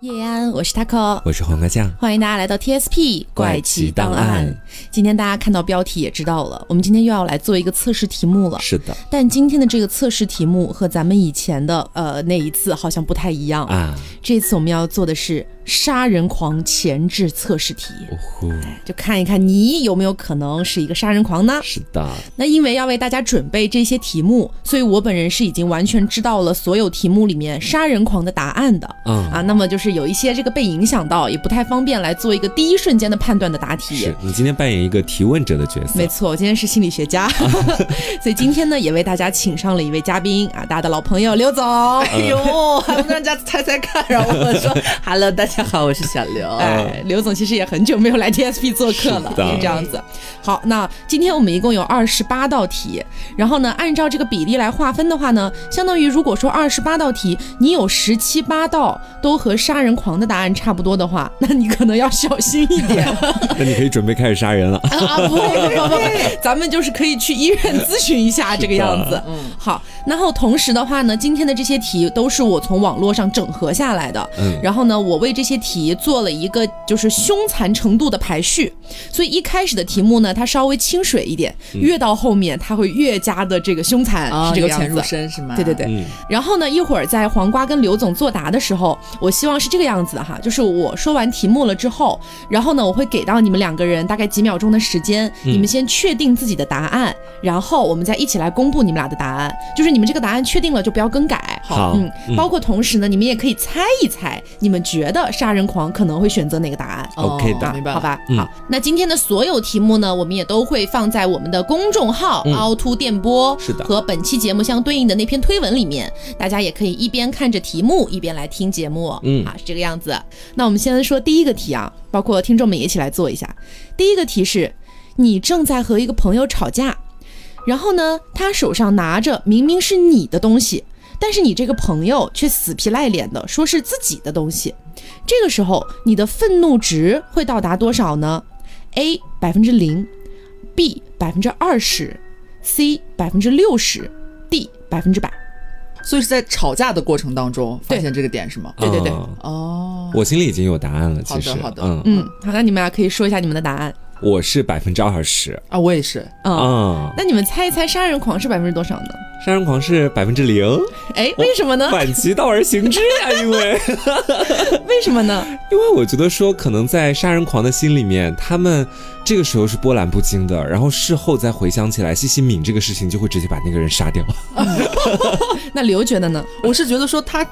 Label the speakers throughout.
Speaker 1: 夜安，我是 Taco，
Speaker 2: 我是黄瓜酱。
Speaker 1: 欢迎大家来到 TSP
Speaker 2: 怪奇档案。
Speaker 1: 今天大家看到标题也知道了，我们今天又要来做一个测试题目了。
Speaker 2: 是的
Speaker 1: 但今天的这个测试题目和咱们以前的呃那一次好像不太一样。
Speaker 2: 啊，
Speaker 1: 这次我们要做的是杀人狂前置测试题，
Speaker 2: 呜呼，
Speaker 1: 就看一看你有没有可能是一个杀人狂呢？
Speaker 2: 是的，
Speaker 1: 那因为要为大家准备这些题目，所以我本人是已经完全知道了所有题目里面杀人狂的答案的。
Speaker 2: 嗯，
Speaker 1: 啊，那么就是有一些这个被影响到，也不太方便来做一个第一瞬间的判断的答题
Speaker 2: 是。你今天扮演一个提问者的角色
Speaker 1: 没，错，我今天是心理学 家，所以今天呢也为大家请上了一位嘉宾啊，大家的老朋友刘总。
Speaker 2: 嗯
Speaker 1: 哎呦，还不让人家猜猜看，然后我 说
Speaker 3: Hello，大家好，我是小刘。
Speaker 1: 哎，刘总其实也很久没有来 TSP 做客了，
Speaker 2: 是的
Speaker 1: 这样子。好，那今天我们一共有二十八道题，然后呢，按照这个比例来划分的话呢，相当于如果说二十八道题，你有十七八道都和杀人狂的答案差不多的话，那你可能要小心一点啊
Speaker 2: 那你可以准备开始杀人了。
Speaker 1: 啊！不会， 不会，不会，咱们就是可以去医院咨询一下这个样子。嗯，好。然后同时的话呢，今天的这些题都是我从网络上整合下来的，
Speaker 2: 嗯，
Speaker 1: 然后呢，我为这些题做了一个就是凶残程度的排序，所以一开始的题目呢，它稍微清水一点，越到后面它会越加的这个凶残，
Speaker 3: 嗯啊，
Speaker 1: 是这
Speaker 3: 由
Speaker 1: 个样
Speaker 3: 浅入
Speaker 1: 子。
Speaker 3: 深是吗？
Speaker 1: 对对对，
Speaker 2: 嗯
Speaker 1: 然后呢，一会儿在黄瓜跟刘总作答的时候，我希望是这个样子的哈，就是我说完题目了之后，然后呢，我会给到你们两个人大概几秒钟的时间，你们先确定自己的答案，然后我们再一起来公布你们俩的答案。就是你们这个答案确定了就不要更改，
Speaker 2: 好
Speaker 1: 嗯，包括同时呢，你们也可以猜一猜，你们觉得杀人狂可能会选择哪个答案？
Speaker 3: 哦
Speaker 2: OK 的
Speaker 1: 啊
Speaker 3: 明白了
Speaker 1: 好吧，
Speaker 2: 嗯
Speaker 1: 好。那今天的所有题目呢，我们也都会放在我们的公众号“
Speaker 2: 嗯
Speaker 1: 凹凸电波”
Speaker 2: 是的
Speaker 1: 和本期节目相对应的那篇推文里面，大家也可以一边看着题目，一边来听节目。
Speaker 2: 嗯
Speaker 1: 啊，是这个样子。那我们先说第一个题啊，包括听众们也一起来做一下。第一个题是：你正在和一个朋友吵架，然后呢，他手上拿着明明是你的东西，但是你这个朋友却死皮赖脸的说是自己的东西。这个时候，你的愤怒值会到达多少呢？A 百分之零，B 百分之二十，C 百分之六十，D 百分之百。
Speaker 3: 所以是在吵架的过程当中发
Speaker 1: 对
Speaker 3: 现这个点是吗？
Speaker 1: 对对对
Speaker 2: 嗯
Speaker 3: 哦，
Speaker 2: 我心里已经有答案了，其实，
Speaker 3: 好的好的
Speaker 2: 嗯，
Speaker 1: 嗯，好，那你们俩可以说一下你们的答案。
Speaker 2: 我是百分之二十，
Speaker 3: 啊，我也是。
Speaker 1: 嗯，
Speaker 2: 嗯，
Speaker 1: 那你们猜一猜，杀人狂是百分之多少呢？
Speaker 2: 杀人狂是百分之零，
Speaker 1: 哎，为什么呢？
Speaker 2: 反其道而行之呀，因为。
Speaker 1: 为什么呢？
Speaker 2: 因为我觉得说，可能在杀人狂的心里面，他们这个时候是波澜不惊的，然后事后再回想起来，细细抿这个事情，就会直接把那个人杀掉。
Speaker 1: 那刘觉得呢？
Speaker 3: 我是觉得说他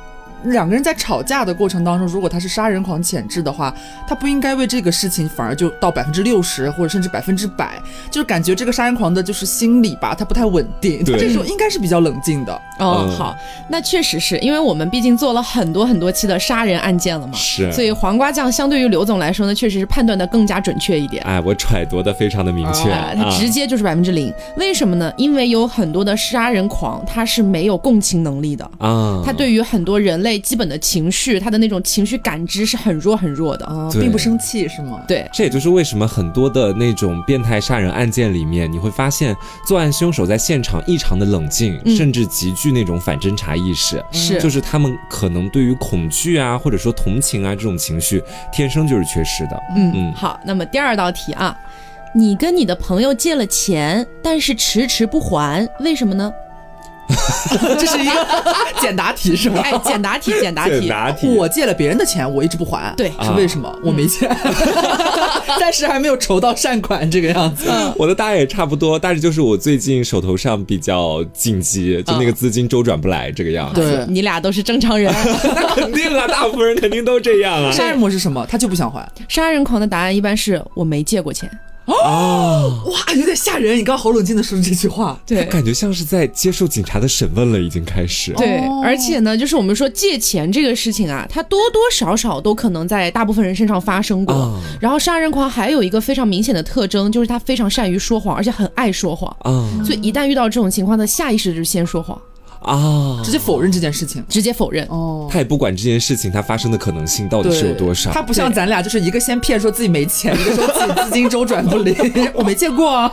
Speaker 3: 两个人在吵架的过程当中，如果他是杀人狂潜质的话，他不应该为这个事情反而就到百分之六十或者甚至百分之百，就是感觉这个杀人狂的就是心理吧，他不太稳定。他
Speaker 2: 对
Speaker 3: 这时候应该是比较冷静的。
Speaker 1: 哦，
Speaker 2: 嗯
Speaker 1: 好，那确实是因为我们毕竟做了很多很多期的杀人案件了嘛，
Speaker 2: 是啊
Speaker 1: 所以黄瓜酱相对于刘总来说呢，确实是判断的更加准确一点。
Speaker 2: 哎，我揣度的非常的明确，
Speaker 1: 啊，他
Speaker 2: 啊
Speaker 1: 直接就是百分之零。为什么呢？因为有很多的杀人狂，他是没有共情能力的。
Speaker 2: 啊，
Speaker 1: 他对于很多人类基本的情绪，他的那种情绪感知是很弱很弱的。
Speaker 3: 哦，
Speaker 2: 对
Speaker 3: 并不生气是吗？
Speaker 1: 对，
Speaker 2: 这也就是为什么很多的那种变态杀人案件里面，你会发现作案凶手在现场异常的冷静，
Speaker 1: 嗯
Speaker 2: 甚至极具那种反侦查意识。
Speaker 1: 是
Speaker 2: 嗯就是他们可能对于恐惧啊，或者说同情啊这种情绪，天生就是缺失的。
Speaker 1: 嗯
Speaker 2: 嗯
Speaker 1: 好，那么第二道题啊，你跟你的朋友借了钱，但是迟迟不还，为什么呢？
Speaker 3: 这是一个 简答题是吗？
Speaker 1: 哎，简答题，简 答题。
Speaker 2: 答
Speaker 3: 我借了别人的钱，我一直不还，
Speaker 1: 对
Speaker 3: 是为什么？我没 钱，暂时还没有筹到善款这个样子。
Speaker 2: 我的大概也差不多，但是就是我最近手头上比较紧急，就
Speaker 1: 嗯
Speaker 2: 那个资金周转不来这个样子。
Speaker 3: 对
Speaker 1: 你俩都是正常人。
Speaker 2: 那肯定啊，大部分人肯定都这样啊。
Speaker 3: 杀人魔是什么？他就不想还。
Speaker 1: 杀人狂的答案一般是我没借过钱。
Speaker 2: 哦
Speaker 3: 哇，有点吓人！你刚好冷静的说出这句话，
Speaker 1: 对，
Speaker 2: 感觉像是在接受警察的审问了，已经开始。
Speaker 1: 对
Speaker 3: 哦，
Speaker 1: 而且呢，就是我们说借钱这个事情啊，它多多少少都可能在大部分人身上发生过。
Speaker 2: 啊
Speaker 1: 然后杀人狂还有一个非常明显的特征，就是他非常善于说谎，而且很爱说谎。
Speaker 2: 啊
Speaker 3: 哦
Speaker 1: 所以一旦遇到这种情况，他下意识就是先说谎。
Speaker 2: 啊，
Speaker 3: 直接否认这件事情。
Speaker 1: 直接否认。
Speaker 3: 哦，
Speaker 2: 他也不管这件事情它发生的可能性到底是有多少
Speaker 3: 他。不像咱俩，就是一个先骗说自己没钱，一个说自己资金周转不灵， 我没见过啊。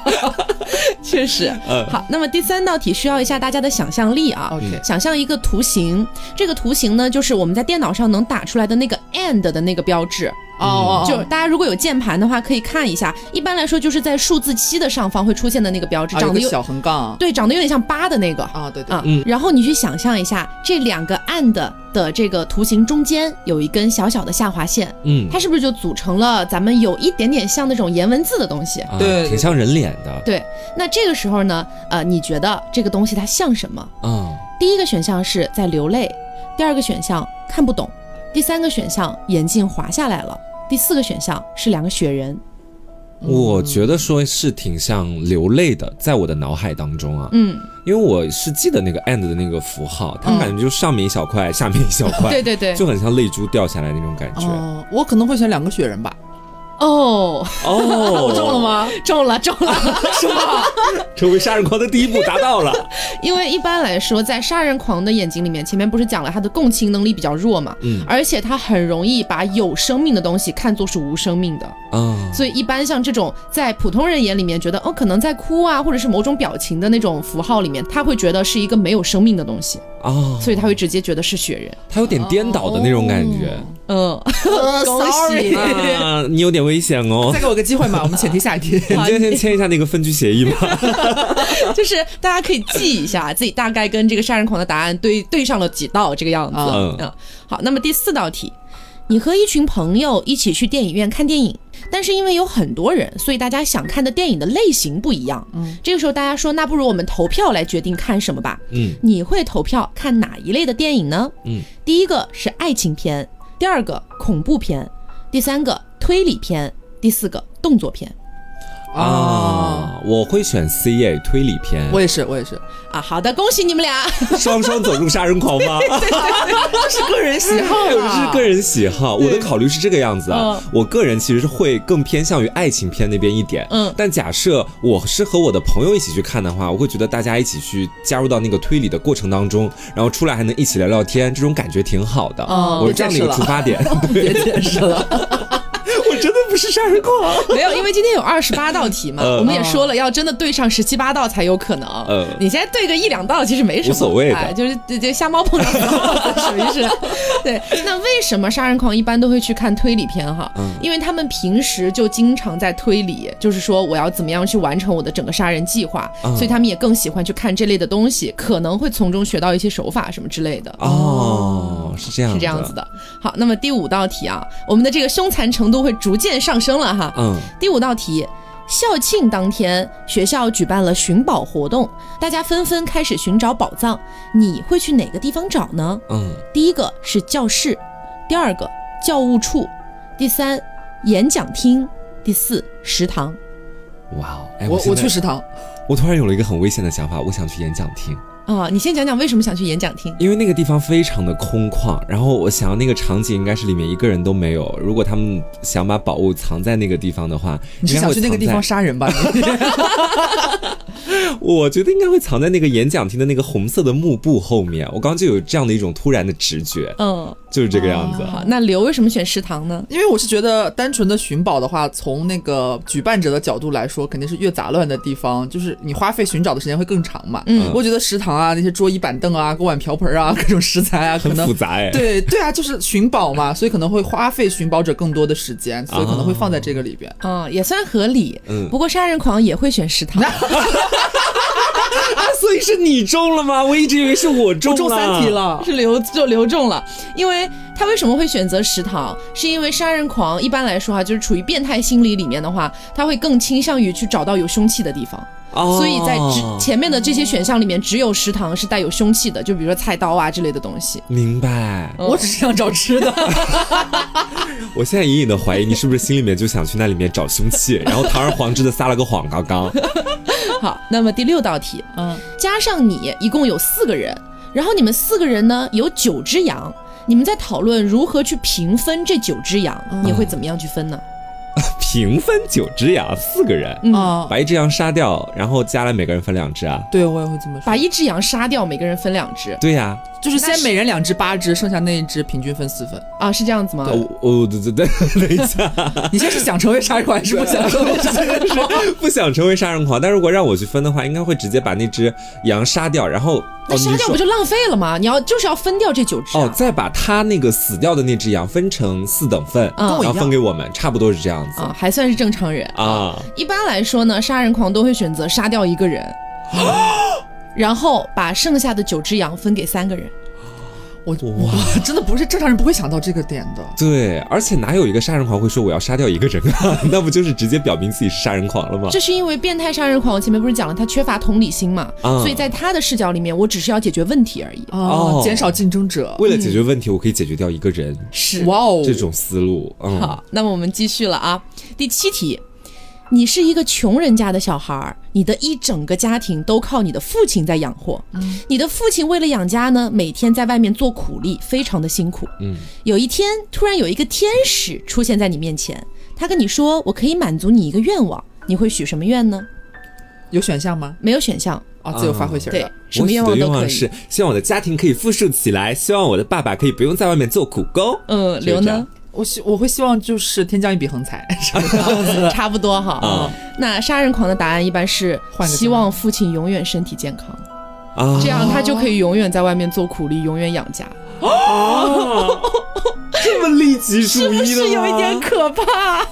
Speaker 1: 确 实，
Speaker 2: 嗯
Speaker 1: 好，那么第三道题需要一下大家的想象力啊。
Speaker 3: OK，
Speaker 1: 想象一个图形，这个图形呢，就是我们在电脑上能打出来的那个 and 的那个标志，
Speaker 3: 哦哦，
Speaker 1: 就是大家如果有键盘的话，可以看一下。一般来说，就是在数字七的上方会出现的那个标志，
Speaker 3: 啊有
Speaker 1: 长得
Speaker 3: 个
Speaker 1: 有、
Speaker 3: 小横杠
Speaker 1: 对，长得有点像八的那个
Speaker 3: 啊，对对，
Speaker 1: 啊。
Speaker 2: 嗯
Speaker 1: 然后你去想象一下，这两个 and 的这个图形中间有一根小小的下划线，
Speaker 2: 嗯，
Speaker 1: 它是不是就组成了咱们有一点点像那种颜文字的东西？
Speaker 2: 啊
Speaker 3: 对
Speaker 2: 挺像人脸的。啊
Speaker 1: 对，那这个时候呢，呃，你觉得这个东西它像什么？
Speaker 2: 嗯，
Speaker 1: 第一个选项是在流泪，第二个选项看不懂，第三个选项眼镜滑下来了，第四个选项是两个雪人。
Speaker 2: 我觉得说是挺像流泪的，在我的脑海当中啊，
Speaker 1: 嗯，
Speaker 2: 因为我是记得那个 and 的那个符号，
Speaker 3: 嗯
Speaker 2: 它感觉就上面一小块，下面一小 块，
Speaker 1: 对对对，
Speaker 2: 就很像泪珠掉下来那种感觉。
Speaker 3: 哦，我可能会选两个雪人 吧。
Speaker 1: 哦，
Speaker 2: 哦，
Speaker 3: 我中 了？吗？
Speaker 1: 中了中了，
Speaker 3: 是吗？
Speaker 2: 成为杀人狂的第一步达到了。
Speaker 1: 因为一般来说，在杀人狂的眼睛里面，前面不是讲了他的共情能力比较弱嘛，
Speaker 2: 嗯
Speaker 1: 而且他很容易把有生命的东西看作是无生命的，
Speaker 2: 啊，
Speaker 1: 所以一般像这种在普通人眼里面觉得哦可能在哭啊，或者是某种表情的那种符号里面，他会觉得是一个没有生命的东西，
Speaker 2: 啊，
Speaker 1: 所以他会直接觉得是雪人。
Speaker 2: 它有点颠倒的那种感觉。
Speaker 3: 哦
Speaker 1: 嗯，
Speaker 3: 呃
Speaker 1: 恭
Speaker 3: ，sorry，
Speaker 1: 喜
Speaker 2: 啊，你有点危险哦
Speaker 3: 再。给我个机会嘛，我们且听下一 题。
Speaker 2: 你今天先签一下那个分居协议吧。
Speaker 1: 就是大家可以记一下，自己大概跟这个杀人狂的答案对对上了几道这个样子。
Speaker 2: 嗯
Speaker 1: 嗯，好，那么第四道题，你和一群朋友一起去电影院看电影，但是因为有很多人，所以大家想看的电影的类型不一样。嗯，这个时候大家说，那不如我们投票来决定看什么吧。
Speaker 2: 嗯，
Speaker 1: 你会投票看哪一类的电影呢？
Speaker 2: 嗯，
Speaker 1: 第一个是爱情片，第二个恐怖片，第三个推理片，第四个动作片。
Speaker 3: 啊，
Speaker 2: 啊，我会选 C A 推理片，
Speaker 3: 我也是，我 也是，
Speaker 1: 啊，好的，恭喜你们俩。
Speaker 2: 双双走入杀人狂吗？
Speaker 3: 这是个人喜好
Speaker 2: 哎，我这
Speaker 3: 啦
Speaker 2: 是个人喜好，我的考虑是这个样子啊
Speaker 1: 嗯。
Speaker 2: 我个人其实是会更偏向于爱情片那边一点。
Speaker 1: 嗯
Speaker 2: 但假设我是和我的朋友一起去看的话，我会觉得大家一起去加入到那个推理的过程当中，然后出来还能一起聊聊天，这种感觉挺好的。
Speaker 1: 哦
Speaker 2: 我是这样的一个出发点。
Speaker 3: 别解释了，
Speaker 2: 我真的不是杀人狂。
Speaker 1: 没有，因为今天有二十八道题嘛，
Speaker 2: 嗯
Speaker 1: 我们也说了，要真的对上十七八道才有可能。
Speaker 2: 嗯
Speaker 1: 你现在对个一两道其实没什么，
Speaker 2: 无所谓的
Speaker 1: 哎、就是这这瞎猫碰上 死属于是。对，那为什么杀人狂一般都会去看推理片哈？
Speaker 2: 嗯
Speaker 1: 因为他们平时就经常在推理，就是说我要怎么样去完成我的整个杀人计划，
Speaker 2: 嗯
Speaker 1: 所以他们也更喜欢去看这类的东西，可能会从中学到一些手法什么之类的。
Speaker 2: 哦，是这样，
Speaker 1: 是这样子。的。好，那么第五道题啊，我们的这个凶残程度会逐渐上升了哈。
Speaker 2: 嗯，
Speaker 1: 第五道题，校庆当天，学校举办了寻宝活动，大家纷纷开始寻找宝藏。你会去哪个地方找呢？
Speaker 2: 嗯，
Speaker 1: 第一个是教室，第二个教务处，第三演讲厅，第四食堂。
Speaker 2: 哇哦，哎，
Speaker 3: 我
Speaker 2: 现
Speaker 3: 我
Speaker 2: 在
Speaker 3: 去食堂，
Speaker 2: 我突然有了一个很危险的想法，我想去演讲厅，
Speaker 1: 啊、你先讲讲为什么想去演讲厅？
Speaker 2: 因为那个地方非常的空旷，然后我想要那个场景应该是里面一个人都没有。如果他们想把宝物藏在那个地方的话，
Speaker 3: 你是
Speaker 2: 应该
Speaker 3: 想
Speaker 2: 会
Speaker 3: 去那个地
Speaker 2: 藏
Speaker 3: 方
Speaker 2: 在？
Speaker 3: 杀人吧？ 你
Speaker 2: 我觉得应该会藏在那个演讲厅的那个红色的幕布后面。我刚刚就有这样的一种突然的直觉，
Speaker 1: 嗯，
Speaker 2: 就是这个样
Speaker 3: 啊
Speaker 2: 子。
Speaker 1: 好，那刘为什么选食堂呢？
Speaker 3: 因为我是觉得单纯的寻宝的话，从那个举办者的角度来说，肯定是越杂乱的地方，就是你花费寻找的时间会更长嘛。
Speaker 1: 嗯
Speaker 3: 我觉得食堂啊，那些桌椅板凳啊、锅碗瓢盆啊、 各种食材啊，可
Speaker 2: 很
Speaker 3: 能
Speaker 2: 复杂哎，
Speaker 3: 对对啊，就是寻宝嘛，所以可能会花费寻宝者更多的时间，所以可能会放在这个里边。
Speaker 2: 啊
Speaker 1: 嗯，也算合理。
Speaker 2: 嗯
Speaker 1: 不过杀人狂也会选食堂。
Speaker 2: 啊，所以是你中了吗？我一直以为是我中啊了，
Speaker 3: 我中三题了，
Speaker 1: 是留就留中了，因为他为什么会选择食堂？是因为杀人狂一般来说哈、就是处于变态心理里面的话，他会更倾向于去找到有凶器的地方，
Speaker 2: 哦。
Speaker 1: 所以在之前面的这些选项里面，只有食堂是带有凶器的，就比如说菜刀啊之类的东 西。
Speaker 2: 明白。
Speaker 1: 嗯
Speaker 3: 我只是想找吃的。
Speaker 2: 我现在隐隐的怀疑，你是不是心里面就想去那里面找凶 器，然后堂而皇之的撒了个谎？刚刚，
Speaker 1: 好，那么第六道题，
Speaker 3: 嗯，
Speaker 1: 加上你一共有四个人，然后你们四个人呢有九只羊，你们在讨论如何去平分这九只羊，你会怎么样去分呢？
Speaker 2: 平分九只羊，四个人
Speaker 1: 嗯
Speaker 3: 啊，
Speaker 2: 把一只羊杀掉，然后加来每个人分两只啊。
Speaker 3: 对我也会这么
Speaker 1: 把
Speaker 3: 说，
Speaker 1: 一只羊杀掉，每个人分两只
Speaker 2: 对呀、
Speaker 3: 就是先
Speaker 1: 那是
Speaker 3: 每人两只八只，剩下那一只平均分四分。
Speaker 1: 啊，是这样子吗？
Speaker 2: 我我等等 等一下，
Speaker 3: 你现在是想成为杀人狂还是不想成为杀人狂？
Speaker 2: 不想成为杀人狂，但如果让我去分的话，应该会直接把那只羊杀掉，然后
Speaker 1: 那
Speaker 2: 哦，
Speaker 1: 杀
Speaker 2: 你
Speaker 1: 掉
Speaker 2: 说
Speaker 1: 不啊就浪费了吗？你要就是要分掉这九只、啊。
Speaker 2: 哦，再把它那个死掉的那只羊分成四等份，
Speaker 1: 嗯跟我一
Speaker 2: 然
Speaker 1: 样哦
Speaker 2: 后分给我们，差不多是这样子
Speaker 1: 啊，还算是正常人。
Speaker 2: 啊。
Speaker 1: 一般来说呢，杀人狂都会选择杀掉一个 人，然后把剩下的九只羊分给三个人。
Speaker 3: 我我真的不是正常人不会想到这个点的。
Speaker 2: 对，而且哪有一个杀人狂会说我要杀掉一个人啊？ 那不就是直接表明自己是杀人狂了吗？
Speaker 1: 这是因为变态杀人狂，我前面不是讲了他缺乏同理心嘛，
Speaker 2: 啊
Speaker 1: 所以在他的视角里面，我只是要解决问题而已。
Speaker 2: 哦，
Speaker 3: 哦减少竞争者。
Speaker 2: 为了解决问题，我可以解决掉一个人，
Speaker 1: 是
Speaker 3: 哇哦，
Speaker 2: 这种思路，嗯，
Speaker 1: 好，那么我们继续了啊。第七题，你是一个穷人家的小孩儿，你的一整个家庭都靠你的父亲在养活。你的父亲为了养家呢，每天在外面做苦力，非常的辛苦。
Speaker 2: 嗯，
Speaker 1: 有一天，突然有一个天使出现在你面前，他跟你说：“我可以满足你一个愿望。”你会许什么愿呢？
Speaker 3: 有选项吗？
Speaker 1: 没有选项，
Speaker 3: 啊，自由发挥型
Speaker 1: 嗯对
Speaker 3: 的。，
Speaker 1: 什么愿
Speaker 2: 我
Speaker 1: 望
Speaker 2: 许的
Speaker 1: 都
Speaker 2: 愿
Speaker 1: 可
Speaker 2: 望
Speaker 1: 以
Speaker 2: 是。希望我的家庭可以富庶起来，希望我的爸爸可以不用在外面做苦工。
Speaker 1: 嗯，
Speaker 2: 就是
Speaker 1: 刘
Speaker 2: 这
Speaker 1: 呢
Speaker 2: 样？
Speaker 3: 我希我会希望就是天降一笔横财，
Speaker 1: 差不多哈。
Speaker 2: 啊
Speaker 1: 那杀人狂的答案一般是
Speaker 3: 换个
Speaker 1: 希望父亲永远身体健康。
Speaker 2: 啊，
Speaker 1: 这样他就可以永远在外面做苦力，永远养家，
Speaker 2: 这么利己主义了吗
Speaker 1: 可怕？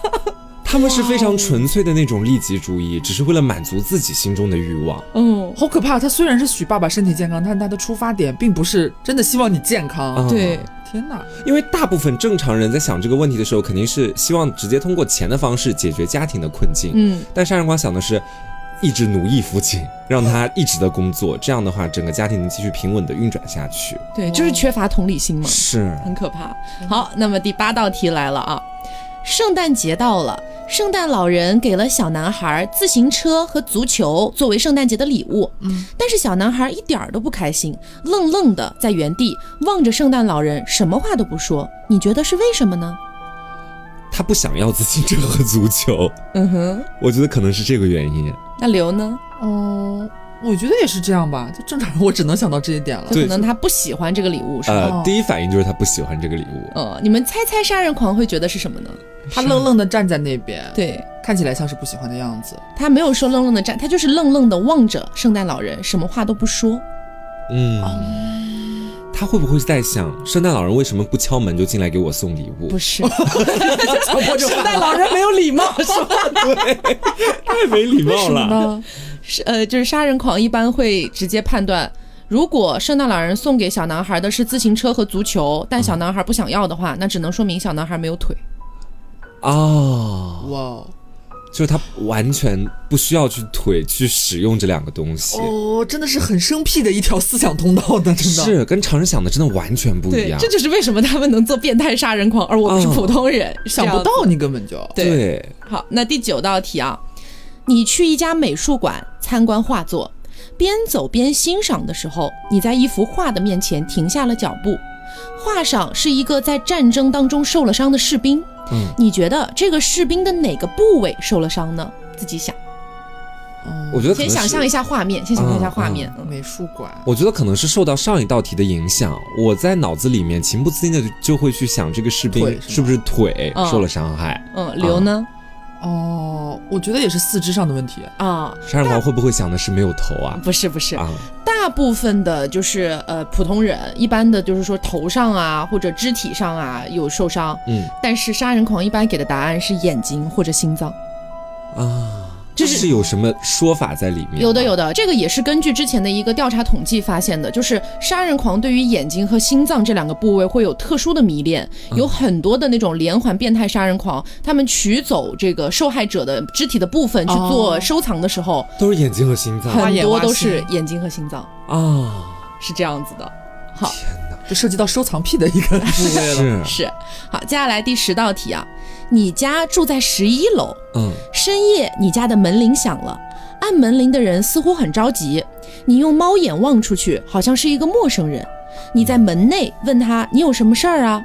Speaker 2: 他们是非常纯粹的那种利己主义，只是为了满足自己心中的欲望。
Speaker 1: 嗯，
Speaker 3: 好可怕！他虽然是许爸爸身体健康，但他的出发点并不是真的希望你健康。
Speaker 2: 啊
Speaker 1: 对，
Speaker 3: 天哪，
Speaker 2: 因为大部分正常人在想这个问题的时候，肯定是希望直接通过钱的方式解决家庭的困境。
Speaker 1: 嗯，
Speaker 2: 但杀人狂想的是，一直奴役父亲，让他一直的工作，这样的话，整个家庭能继续平稳的运转下去。
Speaker 1: 对，就是缺乏同理心嘛，
Speaker 2: 是，
Speaker 1: 很可怕。好，那么第八道题来了啊，圣诞节到了，圣诞老人给了小男孩自行车和足球作为圣诞节的礼物，嗯，但是小男孩一点儿都不开心，愣愣的在原地望着圣诞老人，什么话都不说。你觉得是为什么呢？
Speaker 2: 他不想要自行车和足球，
Speaker 1: 嗯哼，
Speaker 2: 我觉得可能是这个原因。
Speaker 1: 那刘呢？
Speaker 3: 哦、我觉得也是这样吧。就正常人，我只能想到这一点了。
Speaker 1: 就
Speaker 2: 对
Speaker 1: 可能他不喜欢这个礼物，是吧？
Speaker 2: 呃
Speaker 3: 哦，
Speaker 2: 第一反应就是他不喜欢这个礼物。
Speaker 1: 呃，你们猜猜杀人狂会觉得是什么呢？
Speaker 3: 他愣愣的站在那边，，
Speaker 1: 对
Speaker 3: 看起来像是不喜欢的样 子。
Speaker 1: 他没有说愣愣的站，他就是愣愣的望着圣诞老人，什么话都不说。
Speaker 2: 嗯，他会不会在想，圣诞老人为什么不敲门就进来给我送礼物
Speaker 1: 不？是，
Speaker 3: 圣诞老人没有礼貌，
Speaker 2: 太没礼
Speaker 3: 为什么。呢？
Speaker 1: 是呃，就是杀人狂一般会直接判断，如果圣诞老人送给小男孩的是自行车和足球，但小男孩不想要的话，那只能说明小男孩没有腿。
Speaker 2: 啊，
Speaker 3: 哇哦，
Speaker 2: 就是他完全不需要去腿去使用这两个东西，
Speaker 3: 哦，真的是很生僻的一条思想通道呢，真的。
Speaker 2: 是跟常人想的真的完全不一样
Speaker 1: 这。就是为什么他们能做变态杀人狂，而我们是
Speaker 2: 嗯
Speaker 1: 普通人，
Speaker 3: 想不到
Speaker 1: 这样子。
Speaker 3: 你根本就
Speaker 1: 对，好，那第九道题啊，你去一家美术馆参观画作，边走边欣赏的时候，你在一幅画的面前停下了脚步。画上是一个在战争当中受了伤的士兵，
Speaker 2: 嗯
Speaker 1: 你觉得这个士兵的哪个部位受了伤呢？自己想，
Speaker 3: 啊哦
Speaker 2: 我觉得可
Speaker 1: 先
Speaker 2: 能
Speaker 1: 想象一
Speaker 2: 是，
Speaker 1: 下画面，先想象一下画面。嗯
Speaker 3: 美术馆，
Speaker 2: 我觉得可能是受到上一道题的影响，我在脑子里面情不自禁的就会去想这个士
Speaker 3: 腿
Speaker 2: 兵
Speaker 3: 是吗
Speaker 2: 是不是腿
Speaker 1: 嗯
Speaker 2: 受了伤害，
Speaker 1: 嗯，刘呢？
Speaker 3: 哦，我觉得也是四肢上的问题。
Speaker 1: 啊，
Speaker 2: 杀人狂会不会想的是没有头啊？
Speaker 1: 不是不是，
Speaker 2: 啊，
Speaker 1: 大部分的就是呃普通人，一般的就是说头上啊或者肢体上啊有受伤，
Speaker 2: 嗯
Speaker 1: 但是杀人狂一般给的答案是眼睛或者心脏，
Speaker 2: 啊，
Speaker 1: 就
Speaker 2: 这
Speaker 1: 是
Speaker 2: 是有什么说法在里面？
Speaker 1: 有的有。的，这个也是根据之前的一个调查统计发现的，就是杀人狂对于眼睛和心脏这两个部位会有特殊的迷恋，有很多的那种连环变态杀人狂，他们取走这个受害者的肢体的部分去做
Speaker 3: 哦
Speaker 1: 收藏的时候，
Speaker 2: 都是眼睛和心脏
Speaker 1: 很多
Speaker 3: 挖眼挖
Speaker 1: 都是
Speaker 3: 心
Speaker 1: 眼睛和心脏，
Speaker 2: 啊！
Speaker 1: 是这样子的。好，
Speaker 2: 天哪，
Speaker 3: 这涉及到收藏癖的一 个部位了。
Speaker 2: 是，
Speaker 1: 是好，接下来第十道题啊，你家住在十一楼，
Speaker 2: 嗯，
Speaker 1: 深夜，你家的门铃响了，按门铃的人似乎很着急。你用猫眼望出去，好像是一个陌生人。你在门内问他：“你有什么事儿啊？”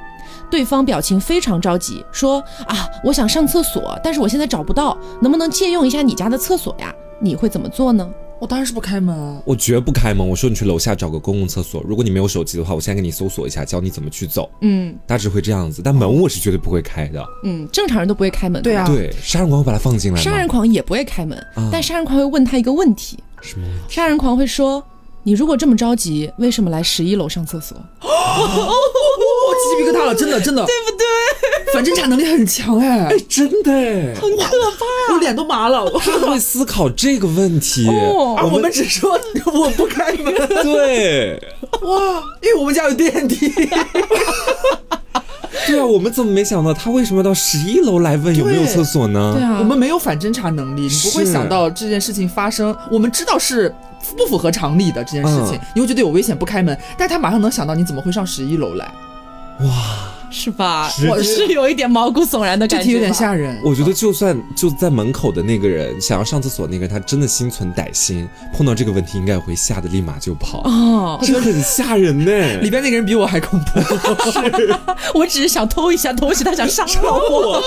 Speaker 1: 对方表情非常着急，说啊，我想上厕所，但是我现在找不到，能不能借用一下你家的厕所呀？你会怎么做呢？
Speaker 3: 我当然是不开门啊。
Speaker 2: 我绝不开门。我说你去楼下找个公共厕所，如果你没有手机的话，我先给你搜索一下，教你怎么去走。
Speaker 1: 嗯
Speaker 2: 大致会这样子，但门我是绝对不会开的。
Speaker 1: 嗯，正常人都不会开门的啊
Speaker 3: 对啊
Speaker 2: 对，杀人狂会把它放进来吗？
Speaker 1: 杀人狂也不会开门，但杀人狂会问他一个问题：
Speaker 2: 什么？
Speaker 1: 杀人狂会说，你如果这么着急，为什么来十一楼上厕所？
Speaker 3: 我鸡皮疙瘩了，真的真的，对不对？反侦查能力很强哎，
Speaker 2: 真的哎，
Speaker 3: 很可怕，我脸都麻了。啊 我
Speaker 2: 他会思考这个问题。
Speaker 1: 哦
Speaker 3: 而我们只说我不开门，
Speaker 2: 对，
Speaker 3: 哇，因为我们家有电梯，
Speaker 2: 对啊，我们怎么没想到他为什么到十一楼来问有没有厕所呢？
Speaker 1: 对啊，
Speaker 3: 我们没有反侦查能力，你不会
Speaker 2: 是
Speaker 3: 想到这件事情发生。我们知道是不符合常理的这件事情
Speaker 2: 嗯，
Speaker 3: 你会觉得有危险不开门，但他马上能想到你怎么会上十一楼来，
Speaker 1: 是吧
Speaker 2: 直？接
Speaker 1: 我是有一点毛骨悚然的
Speaker 3: 这
Speaker 1: 感觉吧，
Speaker 3: 题有点吓人。
Speaker 2: 我觉得就算就在门口的那个人想要上厕所那个人，他真的心存歹心，碰到这个问题应该会吓得立马就跑，
Speaker 1: 哦。
Speaker 2: 这很吓人呢、
Speaker 3: 里边那个人比我还恐 怖，
Speaker 1: 我只是想偷一下东西，他想杀 我，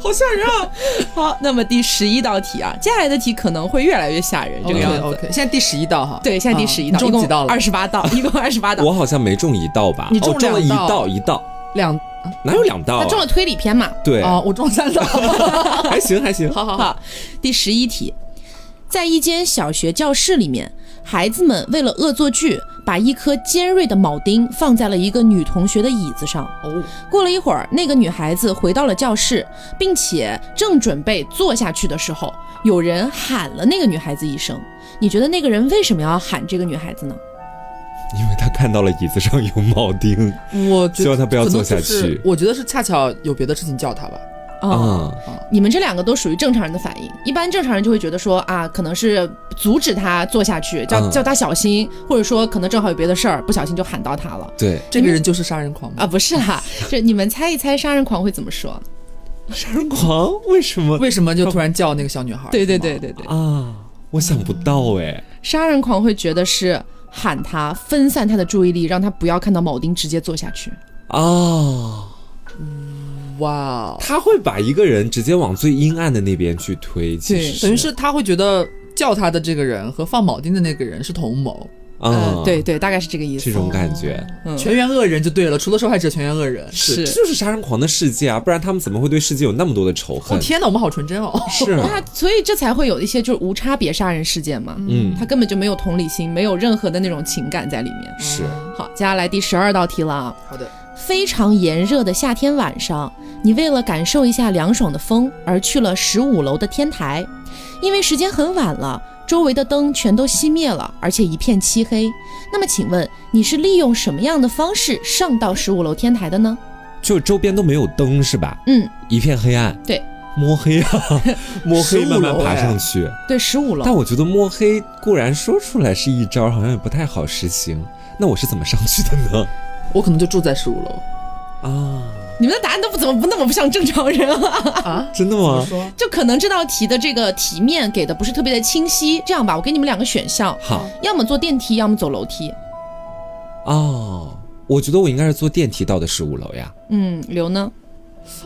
Speaker 1: 好吓人啊！好，那么第十一道题啊，接下来的题可能会越来越吓人，这个样子。
Speaker 3: OK，现在第十一道哈，
Speaker 1: 对，现在第
Speaker 3: 啊
Speaker 1: 十一道，
Speaker 3: 你
Speaker 1: 一
Speaker 3: 中
Speaker 1: 共
Speaker 3: 几道了
Speaker 1: 二？十八道， 一共二十八道。
Speaker 2: 我好像没中一道吧？
Speaker 3: 你中
Speaker 2: 哦、中了一
Speaker 3: 两道
Speaker 2: 道一道，
Speaker 3: 两
Speaker 2: 哪有两道、
Speaker 3: 哦
Speaker 1: 他
Speaker 2: 啊？
Speaker 1: 中了推理篇嘛？
Speaker 2: 对，
Speaker 3: 啊，我中三道。
Speaker 2: 还行还行。
Speaker 1: 好好好，第十一题，在一间小学教室里面，孩子们为了恶作剧，把一颗尖锐的铆钉放在了一个女同学的椅子上。
Speaker 3: 哦，
Speaker 1: 过了一会儿，那个女孩子回到了教室，并且正准备坐下去的时候，有人喊了那个女孩子一声。你觉得那个人为什么要喊这个女孩子呢？
Speaker 2: 因为他看到了椅子上有铆钉
Speaker 3: 我觉得
Speaker 2: 希望他不要坐下去
Speaker 3: 可能就是我觉得是恰巧有别的事情叫他吧。
Speaker 1: 啊、
Speaker 2: 啊、
Speaker 1: 你们这两个都属于正常人的反应。一般正常人就会觉得说啊，可能是阻止他坐下去，叫、
Speaker 2: 嗯
Speaker 1: 叫他小心，或者说可能正好有别的事儿，不小心就喊到他了
Speaker 2: 对，
Speaker 3: 这个人就是杀人狂吗？
Speaker 1: 嗯啊，不是啦，这你们猜一猜杀人狂会怎么说？
Speaker 2: 杀人狂为什么
Speaker 3: 为什么就突然叫那个小女孩？
Speaker 1: 对对
Speaker 3: 是吗
Speaker 1: 对，对对，
Speaker 2: 啊？我想不到哎、
Speaker 1: 杀人狂会觉得是喊他分散他的注意力，让他不要看到铆钉，直接坐下去。
Speaker 2: 啊，
Speaker 3: 哇哦，
Speaker 2: 他会把一个人直接往最阴暗的那边去推，其
Speaker 1: 对
Speaker 2: 实
Speaker 3: 等于是他会觉得叫他的这个人和放铆钉的那个人是同谋，
Speaker 1: 呃
Speaker 2: 啊、
Speaker 3: 呃
Speaker 1: 对对，大概是这个意思
Speaker 2: 这。种感觉。
Speaker 1: 嗯
Speaker 3: 全员恶人就对了，除了受害者，全员恶人。
Speaker 1: 是
Speaker 2: 这就是杀人狂的世界啊！不然他们怎么会对世界有那么多的仇
Speaker 3: 我、
Speaker 2: 恨？
Speaker 3: 哦天哪，我们好纯真哦！
Speaker 2: 是，啊
Speaker 1: 那所以这才会有一些就是无差别杀人事件嘛，
Speaker 2: 嗯，
Speaker 1: 他根本就没有同理心，没有任何的那种情感在里面。
Speaker 2: 是
Speaker 1: 好，接下来第十二道题了啊。
Speaker 3: 好的，
Speaker 1: 非常炎热的夏天晚上，你为了感受一下凉爽的风，而去了十五楼的天台。因为时间很晚了，周围的灯全都熄灭了，而且一片漆黑。那么，请问你是利用什么样的方式上到十五楼天台的呢？
Speaker 2: 就周边都没有灯是吧？
Speaker 1: 嗯，
Speaker 2: 一片黑暗，
Speaker 1: 对，
Speaker 2: 摸黑 啊，摸黑
Speaker 3: 15
Speaker 2: 慢慢
Speaker 3: 楼
Speaker 2: 爬
Speaker 3: 哎
Speaker 2: 上去。
Speaker 1: 对，十五
Speaker 2: 但
Speaker 1: 楼。
Speaker 2: 我觉得摸黑固然说出来是一招，好像也不太好实行。那我是怎么上去的呢？
Speaker 3: 我可能就住在十五楼
Speaker 2: 啊，
Speaker 1: 你们的答案都不怎么不那么不像正常人啊？
Speaker 3: 啊。
Speaker 2: 真的
Speaker 3: 怎么
Speaker 2: 吗？
Speaker 3: 说
Speaker 1: 就可能这道题的这个题面给的不是特别的清晰。这样吧，我给你们两个选项，
Speaker 2: 好
Speaker 1: 要么坐电梯，要么走楼梯。
Speaker 2: 哦，我觉得我应该是坐电梯到的十五楼呀。
Speaker 1: 嗯，刘呢？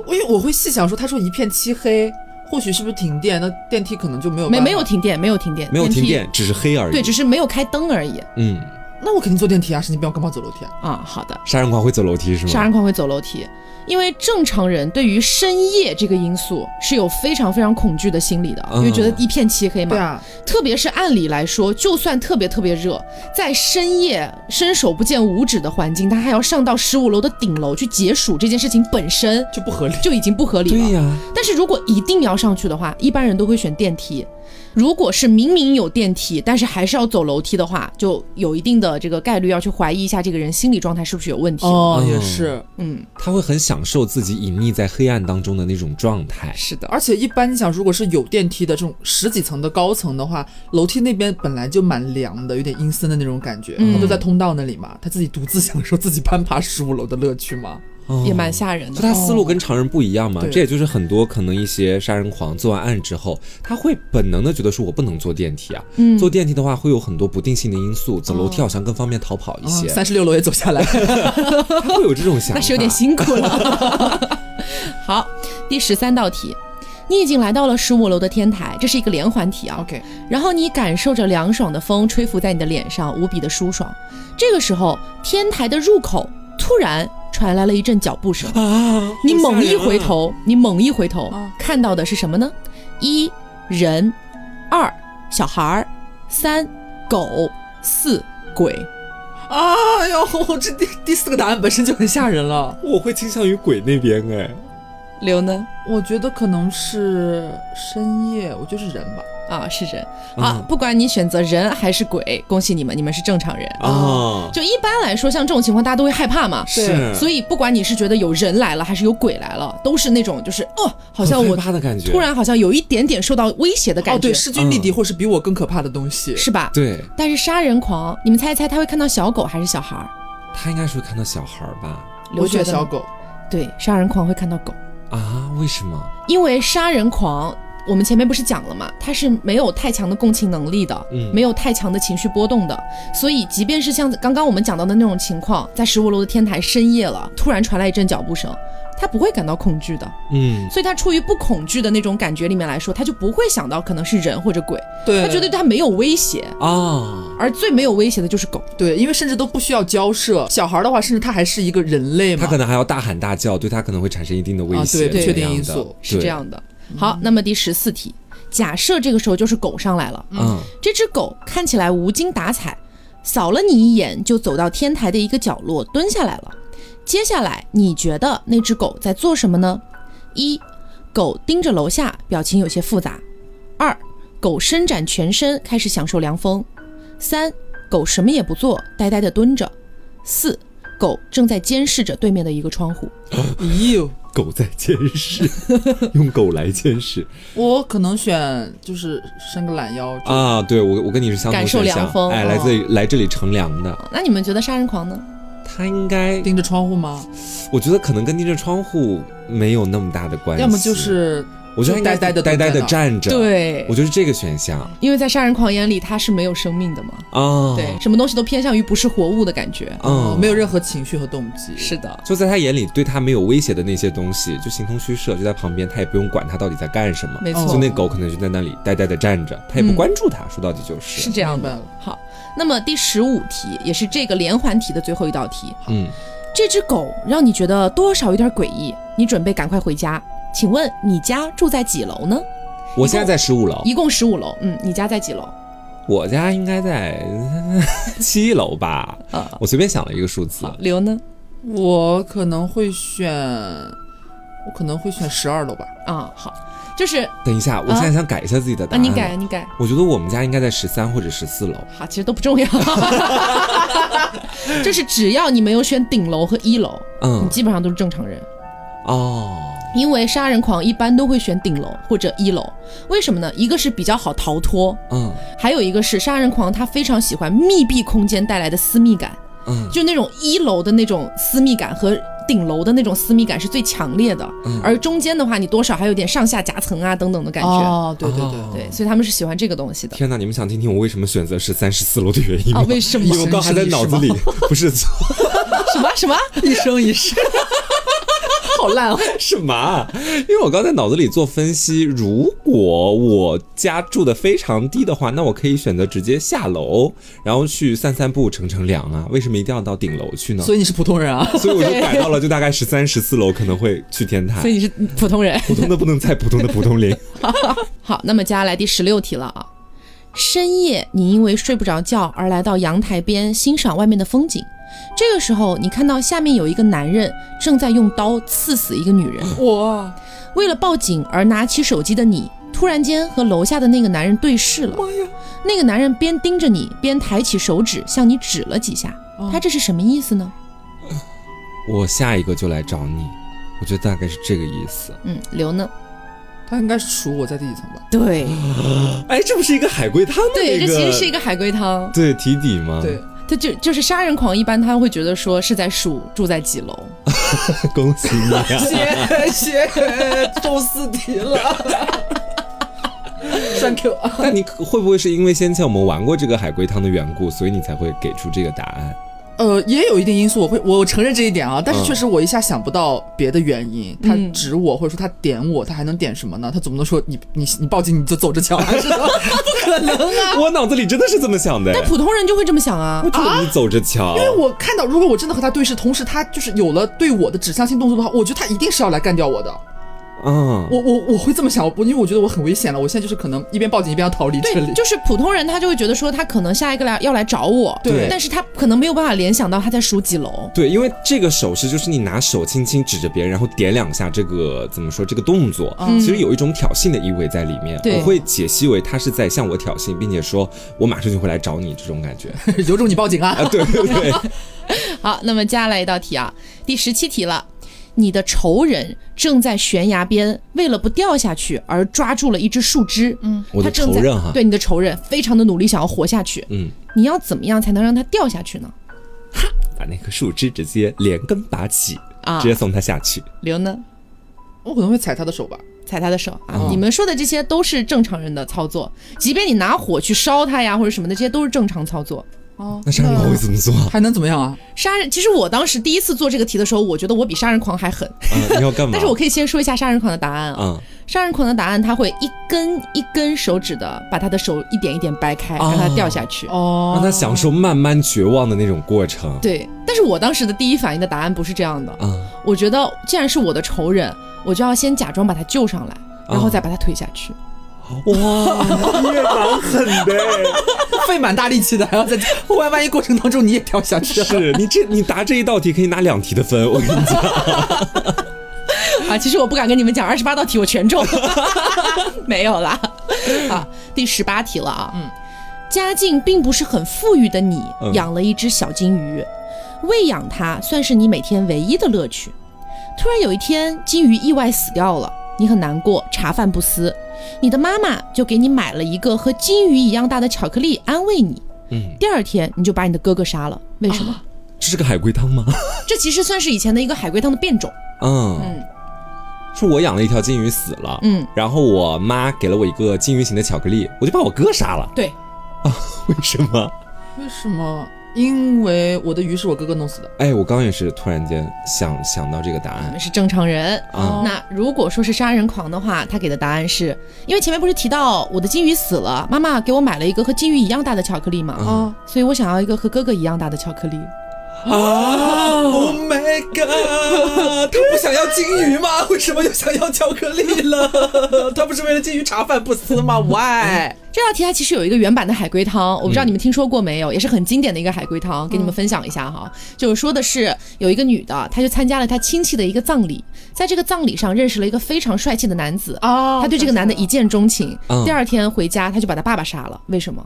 Speaker 3: 我因为我会细想说，他说一片漆黑，或许是不是停电？那电梯可能就没有
Speaker 1: 没
Speaker 3: 办法
Speaker 1: 没有，停电，没有停电，
Speaker 2: 没有停
Speaker 1: 梯
Speaker 2: 电，只是黑而已。
Speaker 1: 对，只是没有开灯而已
Speaker 2: 嗯，
Speaker 3: 那我肯定坐电梯啊！神经病，我干嘛走楼梯啊？
Speaker 1: 啊。好的，
Speaker 2: 杀人狂会走楼梯是吗？
Speaker 1: 杀人狂会走楼梯，因为正常人对于深夜这个因素是有非常非常恐惧的心理的，
Speaker 2: 嗯
Speaker 1: 因为觉得一片漆黑嘛。
Speaker 3: 对啊，
Speaker 1: 特别是按理来说，就算特别特别热，在深夜伸手不见五指的环境，他还要上到十五楼的顶楼去解暑，这件事情本身
Speaker 3: 就不合理。
Speaker 1: 就已经不合理了。
Speaker 2: 对呀、
Speaker 1: 但是如果一定要上去的话，一般人都会选电梯。如果是明明有电梯，但是还是要走楼梯的话，就有一定的这个概率要去怀疑一下这个人心理状态是不是有问题。
Speaker 3: 哦，也
Speaker 2: 嗯
Speaker 3: 是。
Speaker 1: 嗯，
Speaker 2: 他会很享受自己隐匿在黑暗当中的那种状态。
Speaker 1: 是的，
Speaker 3: 而且一般你想，如果是有电梯的这种十几层的高层的话，楼梯那边本来就蛮凉的，有点阴森的那种感觉。
Speaker 1: 嗯
Speaker 3: 他就在通道那里嘛，他自己独自享受自己攀爬十五楼的乐趣嘛。
Speaker 2: 哦
Speaker 1: 也蛮吓人的。
Speaker 2: 就 他思路跟常人不一样嘛，
Speaker 3: 对
Speaker 2: 这也就是很多可能一些杀人狂做完案之后，他会本能的觉得说我不能坐电梯啊，
Speaker 1: 嗯
Speaker 2: 坐电梯的话会有很多不定性的因素，走楼梯好像更方便逃
Speaker 3: 啊
Speaker 2: 跑一些，
Speaker 3: 三十六楼也走下 来，
Speaker 2: 他会有这种想
Speaker 1: 哦
Speaker 2: 法。
Speaker 1: 那是有点辛苦了。 好，第十三道题，你已经来到了十五楼的天台，这是一个连环题啊。
Speaker 3: OK，
Speaker 1: 然后你感受着凉爽的风吹拂在你的脸上，无比的舒爽。这个时候，天台的入口突然传来了一阵脚步 声，
Speaker 2: 啊！
Speaker 1: 你
Speaker 2: 好吓
Speaker 1: 猛一
Speaker 2: 人啊
Speaker 1: 回，头，你猛一回头
Speaker 3: 啊，
Speaker 1: 看到的是什么呢？一人，二小孩儿，三狗，四鬼。
Speaker 3: 哎呦，这第第四个答案本身就很吓人了。
Speaker 2: 我会倾向于鬼那边哎。
Speaker 1: 刘呢？
Speaker 3: 我觉得可能是深夜，我觉得是人吧。
Speaker 1: 啊，是人
Speaker 2: 嗯
Speaker 1: 啊！不管你选择人还是鬼，恭喜你们，你们是正常人。
Speaker 2: 啊，
Speaker 1: 就一般来说，像这种情况，大家都会害怕嘛。
Speaker 3: 嗯
Speaker 2: 是，
Speaker 1: 哦所
Speaker 2: 以
Speaker 1: 以不管你是觉得有人来了，还是有鬼来了，都是那种就是哦，好像 我
Speaker 2: 怕的感觉，
Speaker 1: 突然好像有一点点受到威胁的感觉，
Speaker 3: 哦，对，势均力敌，或是比我更可怕的东西。
Speaker 1: 是吧？
Speaker 2: 对
Speaker 1: 但是杀人狂，你们猜一猜他会看到小狗还是小孩儿？
Speaker 2: 他应该是会看到小孩儿吧？
Speaker 1: 刘
Speaker 3: 我选
Speaker 1: 觉得
Speaker 3: 小
Speaker 1: 呢
Speaker 3: 狗。
Speaker 1: 对，杀人狂会看到狗，
Speaker 2: 啊，为什么？
Speaker 1: 因为杀人狂。我们前面不是讲了嘛，他是没有太强的共情能力的，
Speaker 2: 嗯
Speaker 1: 没有太强的情绪波动的，所以即便是像刚刚我们讲到的那种情况，在十五楼的天台深夜了，突然传来一阵脚步声，他不会感到恐惧的，
Speaker 2: 嗯，
Speaker 1: 所以他处于不恐惧的那种感觉里面来说，他就不会想到可能是人或者鬼，
Speaker 3: 对，
Speaker 1: 他觉得对他没有威胁，
Speaker 2: 啊，
Speaker 1: 而最没有威胁的就是狗。
Speaker 3: 对，因为甚至都不需要交涉。小孩的话，甚至他还是一个人类嘛。
Speaker 2: 他可能还要大喊大叫，对他可能会产生一定的威
Speaker 3: 啊
Speaker 2: 胁，
Speaker 3: 对
Speaker 1: 不确
Speaker 2: 怎
Speaker 3: 定
Speaker 2: 样
Speaker 3: 因
Speaker 2: 的
Speaker 3: 素
Speaker 1: 是这，样的。好，那么第十四题，假设这个时候就是狗上来了，
Speaker 2: 对嗯
Speaker 1: 这只狗看起来无精打采，扫了你一眼就走到天台的一个角落蹲下来了。接下来你觉得那只狗在做什么呢？一，狗盯着楼下，表情有些复杂；二，狗伸展全身，开始享受凉风；三，狗什么也不做，呆呆地蹲着；四，狗正在监视着对面的一个窗户。
Speaker 3: 咦哎呦，
Speaker 2: 狗在监 视，用狗来监视
Speaker 3: 我可能选就是伸个懒腰。
Speaker 2: 啊！对我，我跟你是相同
Speaker 1: 感受
Speaker 2: 选项
Speaker 1: 凉风
Speaker 2: 哎，
Speaker 1: 哦
Speaker 2: 来
Speaker 3: 嗯
Speaker 2: 这里来这里乘凉的，
Speaker 1: 那你们觉得杀人狂呢？
Speaker 2: 他应该，
Speaker 3: 盯着窗户吗？
Speaker 2: 我觉得可能跟盯着窗户没有那么大的关系，
Speaker 3: 要么就是
Speaker 2: 我觉得他应该
Speaker 3: 就呆呆地
Speaker 2: 呆呆的
Speaker 3: 蹲在那儿
Speaker 2: 站着，，
Speaker 1: 对
Speaker 2: 我觉得是这个选项
Speaker 1: 因为在杀人狂眼里，它是没有生命的嘛。
Speaker 2: 啊，
Speaker 1: 对，，什么东西都偏向于不是活物的感觉。
Speaker 3: 哦
Speaker 2: 嗯，
Speaker 3: 没有任何情绪和动机。
Speaker 1: 是的，
Speaker 2: 就在他眼里，对他没有威胁的那些东西，就形同虚设，就在旁边，他也不用管他到底在干什么。
Speaker 1: 没错，
Speaker 2: 就那狗可能就在那里呆呆的站着，他也不关注他。说到底就是，
Speaker 1: 是这样
Speaker 3: 明白
Speaker 1: 的
Speaker 3: 了。
Speaker 1: 好，那么第十五题也是这个连环题的最后一道题。
Speaker 2: 嗯，
Speaker 1: 这只狗让你觉得多少有点诡异，你准备赶快回家。请问你家住在几楼呢？
Speaker 2: 我现在在十五楼，
Speaker 1: 一共十五楼。嗯，你家在几楼？
Speaker 2: 我家应该在 七楼吧，
Speaker 1: 呃，
Speaker 2: 我随便想了一个数字
Speaker 1: 好，刘呢？
Speaker 3: 我可能会选，我可能会选十二楼吧。
Speaker 1: 啊，好，就是啊，
Speaker 2: 等一下，我现在想改一下自己的答案。
Speaker 1: 你改，。你改。
Speaker 2: 我觉得我们家应该在十三或者十四楼。
Speaker 1: 好，其实都不重要。 就是只要你没有选顶楼和一楼，你
Speaker 2: 嗯，
Speaker 1: 基本上都是正常人。
Speaker 2: 哦，
Speaker 1: 因为杀人狂一般都会选顶楼或者一楼，为什么呢？一个是比较好逃脱，
Speaker 2: 嗯
Speaker 1: 还有一个是杀人狂他非常喜欢密闭空间带来的私密感，
Speaker 2: 嗯
Speaker 1: 就那种一楼的那种私密感和顶楼的那种私密感是最强烈的，
Speaker 2: 嗯
Speaker 1: 而中间的话，你多少还有点上下夹层啊等等的感觉。
Speaker 3: 哦，对对对，
Speaker 2: 哦
Speaker 1: 对，所以他们是喜欢这个东西的。
Speaker 2: 天哪！你们想听听我为什么选择十三、十四楼的原因吗？
Speaker 1: 啊，为什么
Speaker 2: 因？为我刚还在脑子里， 不是错
Speaker 1: 什么什么？
Speaker 3: 一生一世，好烂哦。
Speaker 2: 什么啊？因为我刚才脑子里做分析，如果我家住的非常低的话，那我可以选择直接下楼，然后去散散步、乘乘凉啊。为什么一定要到顶楼去呢？
Speaker 3: 所以你是普通人啊？
Speaker 2: 所以我就改到了，就大概十三、十四楼可能会去天
Speaker 1: 所
Speaker 2: 台
Speaker 1: 以。你是普通人。
Speaker 2: 普通的不能再普通的普 通零。
Speaker 1: 好，那么接下来第十六题了啊。深夜，你因为睡不着觉而来到阳台边欣赏外面的风景。这个时候，你看到下面有一个男人正在用刀刺死一个女人。
Speaker 3: 哇，
Speaker 1: 为了报警而拿起手机的你，突然间和楼下的那个男人对视了。
Speaker 3: 妈呀！
Speaker 1: 那个男人边盯着你，边抬起手指向你指了几下。他这是什么意思呢？
Speaker 2: 我下一个就来找你，我觉得大概是这个意 思。
Speaker 1: 嗯，刘呢？
Speaker 3: 他应该数我在第几层吧？
Speaker 1: 对
Speaker 2: 哎，这不是一个海龟汤的
Speaker 1: 对，
Speaker 2: 一
Speaker 1: 这
Speaker 2: 个
Speaker 1: 其实是一个海龟汤。
Speaker 2: 对题底吗？
Speaker 3: 对，
Speaker 1: 他就就是杀人狂，一般他会觉得说是在数住在几楼。
Speaker 2: 恭喜 你啊！
Speaker 3: 谢谢，中四题了。Thank you。
Speaker 2: 那你可会不会是因为先前我们玩过这个海龟汤的缘故，所以你才会给出这个答案？
Speaker 3: 呃，也有一定因素，我会我承认这一点啊，但是
Speaker 2: 嗯
Speaker 3: 确实我一下想不到别的原因。
Speaker 1: 嗯
Speaker 3: 他指我，或者说他点我，他还能点什么呢？他总不能说你你你报警你就走着瞧，还是不可能啊！
Speaker 2: 我脑子里真的是这么想的，
Speaker 1: 但普通人就会这么想啊
Speaker 2: 哎我。觉得你走着瞧
Speaker 3: 因。为我看到，如果我真的和他对视，同时他就是有了对我的指向性动作的话，我觉得他一定是要来干掉我的。
Speaker 2: 嗯，
Speaker 3: 我我我会这么想，我因为我觉得我很危险了，我现在就是可能一边报警一边要逃离这里
Speaker 1: 对，。就是普通人他就会觉得说他可能下一个来要来找我，
Speaker 2: 对
Speaker 1: 但是他可能没有办法联想到他在数几楼。
Speaker 2: 对，因为这个手势就是你拿手轻轻指着别人，然后点两下，这个怎么说？这个动作、
Speaker 1: 嗯
Speaker 2: 其实有一种挑衅的意味在里面。
Speaker 1: 对
Speaker 2: 我会解析为他是在向我挑衅，并且说我马上就会来找你这种感 觉。
Speaker 3: 有种你报警啊！
Speaker 2: 啊，对对对，
Speaker 1: 好，那么接下来一道题啊，第十七题了。你的仇人正在悬崖边，为了不掉下去而抓住了一只树枝。嗯，
Speaker 2: 我的
Speaker 1: 他正
Speaker 2: 仇
Speaker 1: 在
Speaker 2: 人啊哈、
Speaker 1: 对你的仇人非常的努力想要活下去。
Speaker 2: 嗯，
Speaker 1: 你要怎么样才能让他掉下去呢？
Speaker 2: 把那棵树枝直接连根拔起，
Speaker 1: 啊
Speaker 2: 直接送他下去。
Speaker 1: 刘呢？
Speaker 3: 我可能会踩他的手吧。
Speaker 1: 踩他的手啊！你们说的这些都是正常人的操作，即便你拿火去烧他呀或者什么的，这些都是正常操作。
Speaker 3: 哦，
Speaker 2: 那杀人狂会怎 么做？啊、
Speaker 3: 还能怎么样啊？
Speaker 1: 杀人，其实我当时第一次做这个题的时候，我觉得我比杀人狂还狠，
Speaker 2: 你要干嘛？
Speaker 1: 但是我可以先说一下杀人狂的答案啊。
Speaker 2: 啊、
Speaker 1: 杀人狂的答案，他会一根一根手指的把他的手一点一点掰开，
Speaker 2: 哦
Speaker 1: 让他掉下去。
Speaker 3: 哦
Speaker 2: 让他享受慢慢绝望的那种过程。
Speaker 1: 对，但是我当时的第一反应的答案不是这样的，
Speaker 2: 啊、
Speaker 1: 我觉得既然是我的仇人，我就要先假装把他救上来，然后再把他推下去。
Speaker 2: 哇，你也蛮狠的。
Speaker 3: 费蛮大力气的，还要在万万一过程当中你也掉下去 了。
Speaker 2: 是你这你答这一道题可以拿两题的分，我跟你讲，
Speaker 1: 啊，其实我不敢跟你们讲，二十八道题我全中， 没有啦。啊，第十八题了啊。嗯，家境并不是很富裕的你，
Speaker 2: 嗯
Speaker 1: 养了一只小金鱼，喂养它算是你每天唯一的乐趣。突然有一天，金鱼意外死掉了，你很难过，茶饭不思。你的妈妈就给你买了一个和金鱼一样大的巧克力安慰你。
Speaker 2: 嗯，
Speaker 1: 第二天你就把你的哥哥杀了，为什么？
Speaker 2: 这是个海龟汤 吗？
Speaker 1: 这其实算是以前的一个海龟汤的变种。
Speaker 2: 嗯，
Speaker 1: 嗯
Speaker 2: 是我养了一条金鱼死了，
Speaker 1: 嗯，
Speaker 2: 然后我妈给了我一个金鱼形的巧克力，我就把我哥杀了，
Speaker 1: 对，
Speaker 2: 为什么？
Speaker 3: 为什么？因为我的鱼是我哥哥弄死的。
Speaker 2: 哎，我刚刚也是突然间想想到这个答
Speaker 1: 我
Speaker 2: 案
Speaker 1: 们是正常人。
Speaker 2: 啊，
Speaker 1: 那如果说是杀人狂的话，他给的答案是因为前面不是提到我的金鱼死了，妈妈给我买了一个和金鱼一样大的巧克力嘛，
Speaker 2: 嗯
Speaker 1: 所以我想要一个和哥哥一样大的巧克力。
Speaker 2: 啊，Oh
Speaker 3: 哦
Speaker 2: my god！
Speaker 3: 他不想要 金鱼吗？为什么又想要巧克力 了？他不是为了金鱼茶饭不思吗？Why？
Speaker 1: 这道题它其实有一个原版的海龟汤，我不知道你们听说过没有，也是很经典的一个海龟汤，给你们分享一下哈。就是说的是有一个女的，她就参加了她亲戚的一个葬礼，在这个葬礼上认识了一个非常帅气的男子，啊
Speaker 3: 哦
Speaker 2: 啊
Speaker 1: 她对这个男的一见钟情
Speaker 2: 嗯。
Speaker 1: 第二天回家，她就把她爸爸杀了，为什么？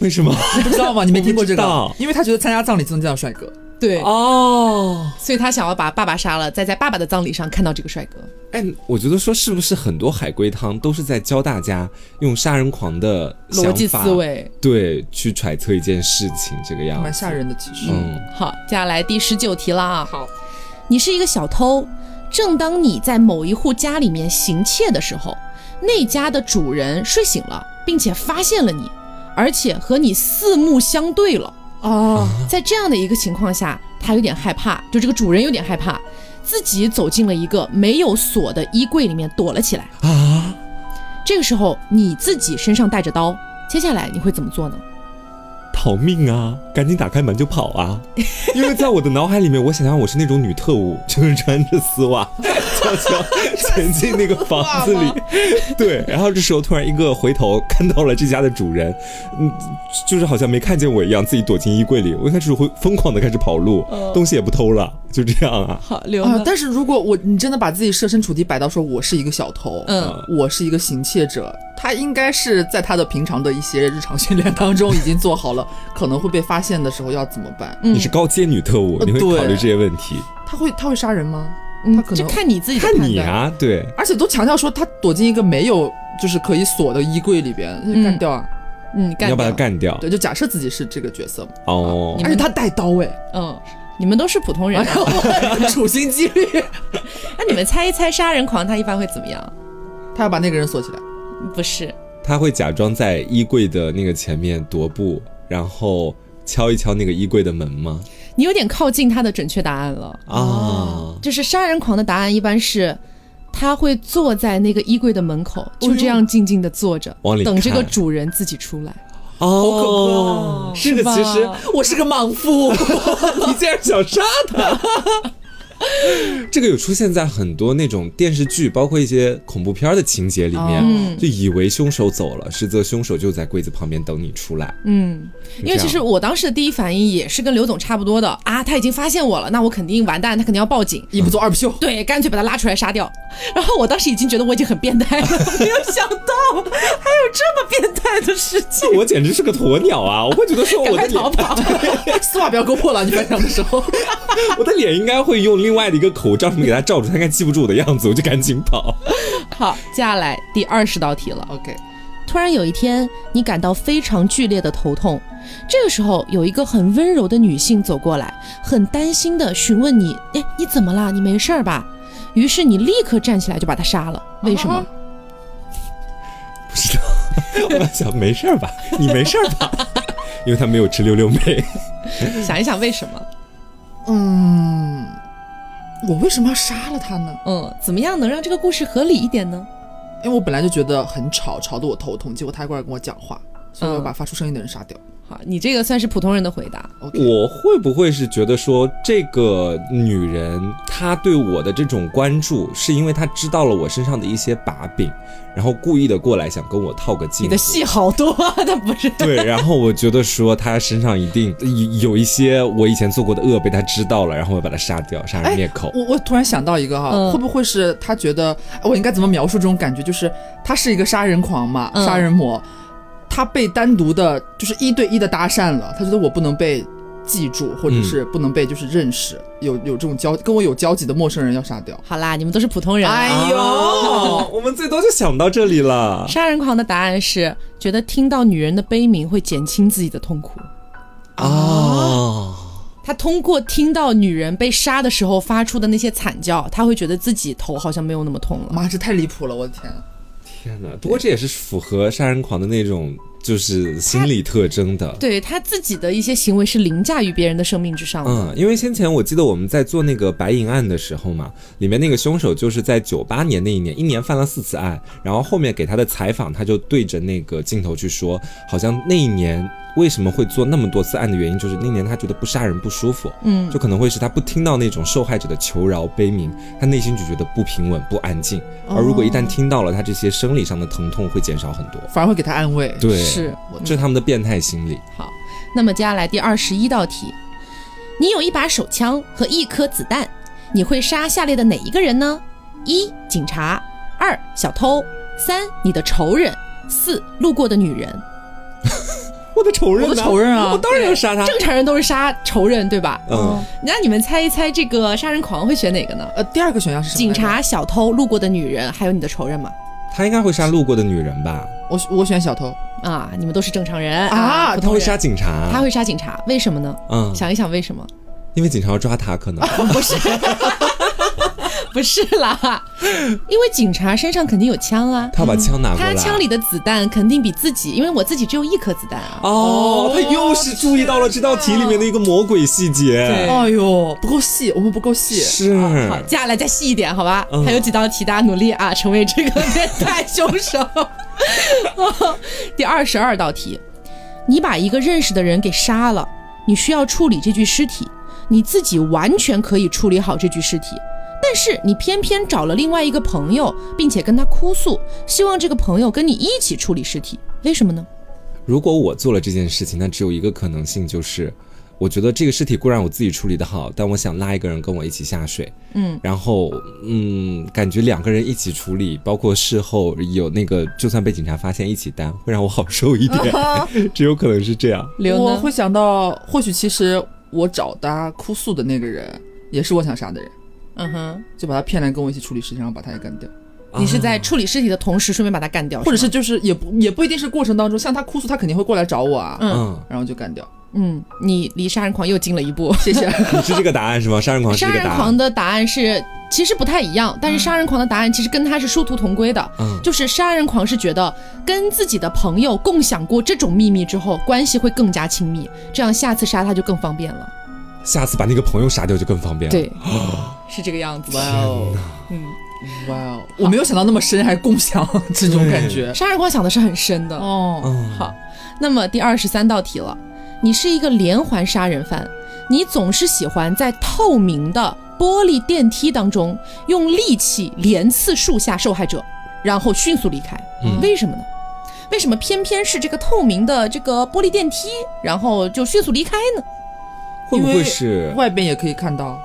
Speaker 2: 为什么？
Speaker 3: 你不知道吗？你没听过这
Speaker 2: 我
Speaker 3: 个
Speaker 2: 不知道？
Speaker 3: 因为他觉得参加葬礼就能见到帅哥。
Speaker 1: 对
Speaker 2: 哦，
Speaker 1: 所以他想要把爸爸杀了，再在爸爸的葬礼上看到这个帅哥。
Speaker 2: 哎，我觉得说是不是很多海龟汤都是在教大家用杀人狂的想法
Speaker 1: 逻辑思维，
Speaker 2: 对去揣测一件事情这个样子，
Speaker 3: 蛮吓。人的，其实。
Speaker 2: 嗯，
Speaker 1: 好，接下来第十九题了啊！
Speaker 3: 好，
Speaker 1: 你是一个小偷，正当你在某一户家里面行窃的时候，那家的主人睡醒了，并且发现了你，而且和你四目相对了。
Speaker 3: 哦，
Speaker 1: 在这样的一个情况下，他有点害怕，就这个主人有点害怕，自己走进了一个没有锁的衣柜里面躲了起来。
Speaker 2: 啊，
Speaker 1: 这个时候你自己身上带着刀，接下来你会怎么做呢？
Speaker 2: 逃命啊！赶紧打开门就跑啊！因为在我的脑海里面，我想象我是那种女特务， 就是穿着丝袜悄悄潜进那个房子里。对，然后这时候突然一个回头看到了这家的主人，嗯，就是好像没看见我一样，自己躲进衣柜里。我一开始会疯狂的开始跑路，东西也不偷了，就这样啊。
Speaker 1: 好，刘
Speaker 3: 啊！但是如果我你真的把自己设身处地摆到说，我是一个小偷，
Speaker 1: 嗯，
Speaker 3: 我是一个行窃者，他应该是在他的平常的一些日常训练当中已经做好了，可能会被发现的时候要怎么办？
Speaker 1: 嗯
Speaker 2: 你是高阶女特务，
Speaker 3: 呃
Speaker 2: 你会
Speaker 3: 对
Speaker 2: 考虑这些问题。
Speaker 3: 他会他会杀人吗？
Speaker 1: 嗯
Speaker 3: 他，可
Speaker 1: 这
Speaker 3: 能
Speaker 1: 看你自己的
Speaker 2: 看
Speaker 1: 判
Speaker 2: 你
Speaker 1: 断。
Speaker 2: 啊，对，
Speaker 3: 而且都强调说他躲进一个没有就是可以锁的衣柜里边，那就干掉啊！
Speaker 1: 嗯，干
Speaker 2: 你要把它
Speaker 1: 掉
Speaker 2: 干掉
Speaker 3: 对，就假设自己是这个角色嘛。
Speaker 2: 哦
Speaker 1: 你。
Speaker 3: 而
Speaker 1: 们
Speaker 3: 且他带刀哎，
Speaker 1: 嗯，你们都是普通人、啊，
Speaker 3: 处心积虑，
Speaker 1: 那你们猜一猜，杀人狂他一般会怎么样？
Speaker 3: 他要把那个人锁起来。
Speaker 1: 不是，
Speaker 2: 他会假装在衣柜的那个前面踱步，然后敲一敲那个衣柜的门吗？
Speaker 1: 你有点靠近他的准确答案了。
Speaker 2: 啊，
Speaker 1: 就是杀人狂的答案一般是，他会坐在那个衣柜的门口，就这样静静的坐着，
Speaker 2: 往里
Speaker 1: 等这个
Speaker 2: 看
Speaker 1: 主人自己出来。
Speaker 2: 啊哦，这
Speaker 1: 是
Speaker 2: 个
Speaker 1: 吧
Speaker 2: 其实
Speaker 3: 我是个莽夫，
Speaker 2: 你竟然想杀他！这个有出现在很多那种电视剧，包括一些恐怖片儿的情节里面，
Speaker 1: 哦
Speaker 2: 就以为凶手走了，实则凶手就在柜子旁边等你出来。
Speaker 1: 嗯，因为其
Speaker 2: 这样
Speaker 1: 实我当时的第一反应也是跟刘总差不多的啊，他已经发现我了，那我肯定完蛋，他肯定要报警。
Speaker 3: 一不做二不休。
Speaker 1: 对，干脆把他拉出来杀掉。然后我当时已经觉得我已经很变态了，没有想到还有这么变态的事情。
Speaker 2: 这我简直是个鸵鸟啊！我会觉得说
Speaker 1: 赶
Speaker 2: 我的
Speaker 1: 快
Speaker 2: 脸
Speaker 1: 逃，跑！
Speaker 3: 丝袜不要勾破了，你翻墙的时候。
Speaker 2: 我的脸应该会用另外的一个口罩什么给它罩住，它应该记不住我的样子，我就赶紧跑。
Speaker 1: 好，接下来第二十道题了。
Speaker 3: OK，
Speaker 1: 突然有一天，你感到非常剧烈的头痛，这个时候有一个很温柔的女性走过来，很担心的询问你：“哎，你怎么啦？你没事儿吧？”于是你立刻站起来就把她杀了。为什么？
Speaker 3: 啊
Speaker 2: 不知道， 我想没事儿吧？你没事儿吧？ 因为他没有吃溜溜梅。
Speaker 1: 想一想为什么？
Speaker 3: 嗯，我为什么要杀了他呢？
Speaker 1: 嗯，怎么样能让这个故事合理一点呢？
Speaker 3: 因为我本来就觉得很吵，吵得我头痛，结果他过来跟我讲话，所以我要把发出声音的人杀掉。
Speaker 1: 好，你这个算是普通人的回答。
Speaker 3: OK，
Speaker 2: 我会不会是觉得说，这个女人她对我的这种关注，是因为她知道了我身上的一些把柄，然后故意的过来想跟我套个近乎？
Speaker 1: 你的戏好多，啊，他不是
Speaker 2: 对，然后我觉得说她身上一定有有一些我以前做过的恶被她知道了，然后我把她杀掉，杀人灭口。
Speaker 3: 我我突然想到一个哈，
Speaker 1: 嗯
Speaker 3: 会不会是他觉得哎我应该怎么描述这种感觉？就是他是一个杀人狂嘛，
Speaker 1: 嗯
Speaker 3: 杀人魔，他被单独的，就是一对一的搭讪了，他觉得我不能被。记住，或者是不能被就是认识，有有这种交跟我有交集的陌生人要杀掉。
Speaker 1: 好啦，你们都是普通人啊。
Speaker 3: 哎
Speaker 2: 哎呦，我们最多就想到这里了。
Speaker 1: 杀人狂的答案是觉得听到女人的悲鸣会减轻自己的痛苦。啊
Speaker 2: 哦，
Speaker 1: 他通过听到女人被杀的时候发出的那些惨叫，他会觉得自己头好像没有那么痛了。
Speaker 3: 妈，这太离谱了，我的天！
Speaker 2: 天哪！不过这也是符合杀人狂的那种就是心理特征的。
Speaker 1: 对他自己的一些行为是凌驾于别人的生命之上的。
Speaker 2: 嗯，因为先前我记得我们在做那个白银案的时候嘛，里面那个凶手就是在九八年那一年，一年犯了四次案，然后后面给他的采访，他就对着那个镜头去说，好像那一年为什么会做那么多次案的原因，就是那年他觉得不杀人不舒服，
Speaker 1: 嗯
Speaker 2: 就可能会是他不听到那种受害者的求饶悲鸣，他内心就觉得不平稳不安静，
Speaker 1: 哦
Speaker 2: 而如果一旦听到了，他这些生理上的疼痛会减少很多。
Speaker 3: 反而会给他安慰。
Speaker 2: 对，
Speaker 1: 是。
Speaker 3: 我
Speaker 2: 这是他们的变态心理。
Speaker 1: 好，那么接下来第二十一道题，你有一把手枪和一颗子弹，你会杀下列的哪一个人呢？一、警察；二、小偷；三、你的仇人；四、路过的女人。
Speaker 2: 我的仇人、
Speaker 3: 我的仇人啊
Speaker 2: 我当然要杀他。
Speaker 1: 正常人都是杀仇人，对吧？
Speaker 2: 嗯，
Speaker 1: 那你们猜一猜，这个杀人狂会选哪个呢？
Speaker 3: 呃，第二个选项是什么
Speaker 1: 警
Speaker 3: 来着？
Speaker 1: 察、小偷、路过的女人，还有你的仇人嘛？
Speaker 2: 他应该会杀路过的女人吧？
Speaker 3: 我我选小偷。
Speaker 1: 啊，你们都是正常人
Speaker 3: 啊
Speaker 1: 普
Speaker 2: 他
Speaker 1: 通
Speaker 2: 会
Speaker 1: 人
Speaker 2: 杀警察，
Speaker 1: 他会杀警察，为什么呢？
Speaker 2: 嗯，
Speaker 1: 想一想为什么？
Speaker 2: 因为警察要抓他，可能
Speaker 1: 不是啦，因为警察身上肯定有枪啊，
Speaker 2: 他把枪拿过
Speaker 1: 他
Speaker 2: 来。
Speaker 1: 枪里的子弹肯定比自己，因为我自己只有一颗子弹啊。
Speaker 2: 哦
Speaker 3: 哦，
Speaker 2: 他又是注意到了这道题里面的一个魔鬼细节，
Speaker 1: 对
Speaker 3: 哎呦，不够细，我们不够细。
Speaker 2: 是
Speaker 1: 好，接下来再细一点，好吧？
Speaker 2: 哦嗯
Speaker 1: 还有几道题，大家努力啊，成为这个变态凶手。第二十二道题，你把一个认识的人给杀了，你需要处理这具尸体，你自己完全可以处理好这具尸体，但是你偏偏找了另外一个朋友，并且跟他哭诉，希望这个朋友跟你一起处理尸体，为什么呢？
Speaker 2: 如果我做了这件事情，那只有一个可能性，就是我觉得这个尸体固然我自己处理的好，但我想拉一个人跟我一起下水。
Speaker 1: 嗯，
Speaker 2: 然后嗯，感觉两个人一起处理，包括事后有那个，就算被警察发现一起担，会让我好受 一点。
Speaker 1: 哦
Speaker 2: 只有可能是这样。
Speaker 1: 刘
Speaker 3: 我
Speaker 1: 呢？
Speaker 3: 会想到，或许其实我找他哭诉的那个人，也是我想杀的人，
Speaker 1: 嗯哼，
Speaker 3: 就把他骗来跟我一起处理事情，然后把他也干掉，
Speaker 1: 你是在处理尸体的同时，顺便把他干掉，
Speaker 3: 或者
Speaker 1: 是
Speaker 3: 是
Speaker 1: 吗
Speaker 3: 就是也不也不一定是过程当中，像他哭诉，他肯定会过来找我啊，
Speaker 1: 嗯
Speaker 2: 嗯，
Speaker 3: 然后就干掉。
Speaker 1: 嗯，你离杀人狂又近了一步。
Speaker 3: 谢谢。
Speaker 2: 你是这个答案是吗？杀人狂是
Speaker 1: 杀
Speaker 2: 这个
Speaker 1: 人
Speaker 2: 答
Speaker 1: 狂
Speaker 2: 案。
Speaker 1: 的答案是其实不太一样，但是杀人狂的答案其实跟他是殊途同归的，
Speaker 2: 嗯
Speaker 1: 就是杀人狂是觉得跟自己的朋友共享过这种秘密之后，关系会更加亲密，这样下次杀他就更方便了。
Speaker 2: 下次把那个朋友杀掉就更方便了。，
Speaker 1: 对，是这个样子
Speaker 3: 哇
Speaker 1: 的。
Speaker 3: 哦，
Speaker 1: 嗯，
Speaker 3: 哇哦，我没有想到那么深，还共享 这种感觉。
Speaker 1: 杀人狂想的是很深的。
Speaker 3: 哦，
Speaker 2: 嗯，
Speaker 1: 好，那么第二十三道题了，你是一个连环杀人犯，你总是喜欢在透明的玻璃电梯当中用利器连刺数下受害者，然后迅速离开。
Speaker 2: 嗯
Speaker 1: 为什么呢？为什么偏偏是这个透明的这个玻璃电梯，然后就迅速离开呢？
Speaker 2: 会不
Speaker 3: 因
Speaker 2: 会
Speaker 3: 为
Speaker 2: 是
Speaker 3: 外边也可以看到，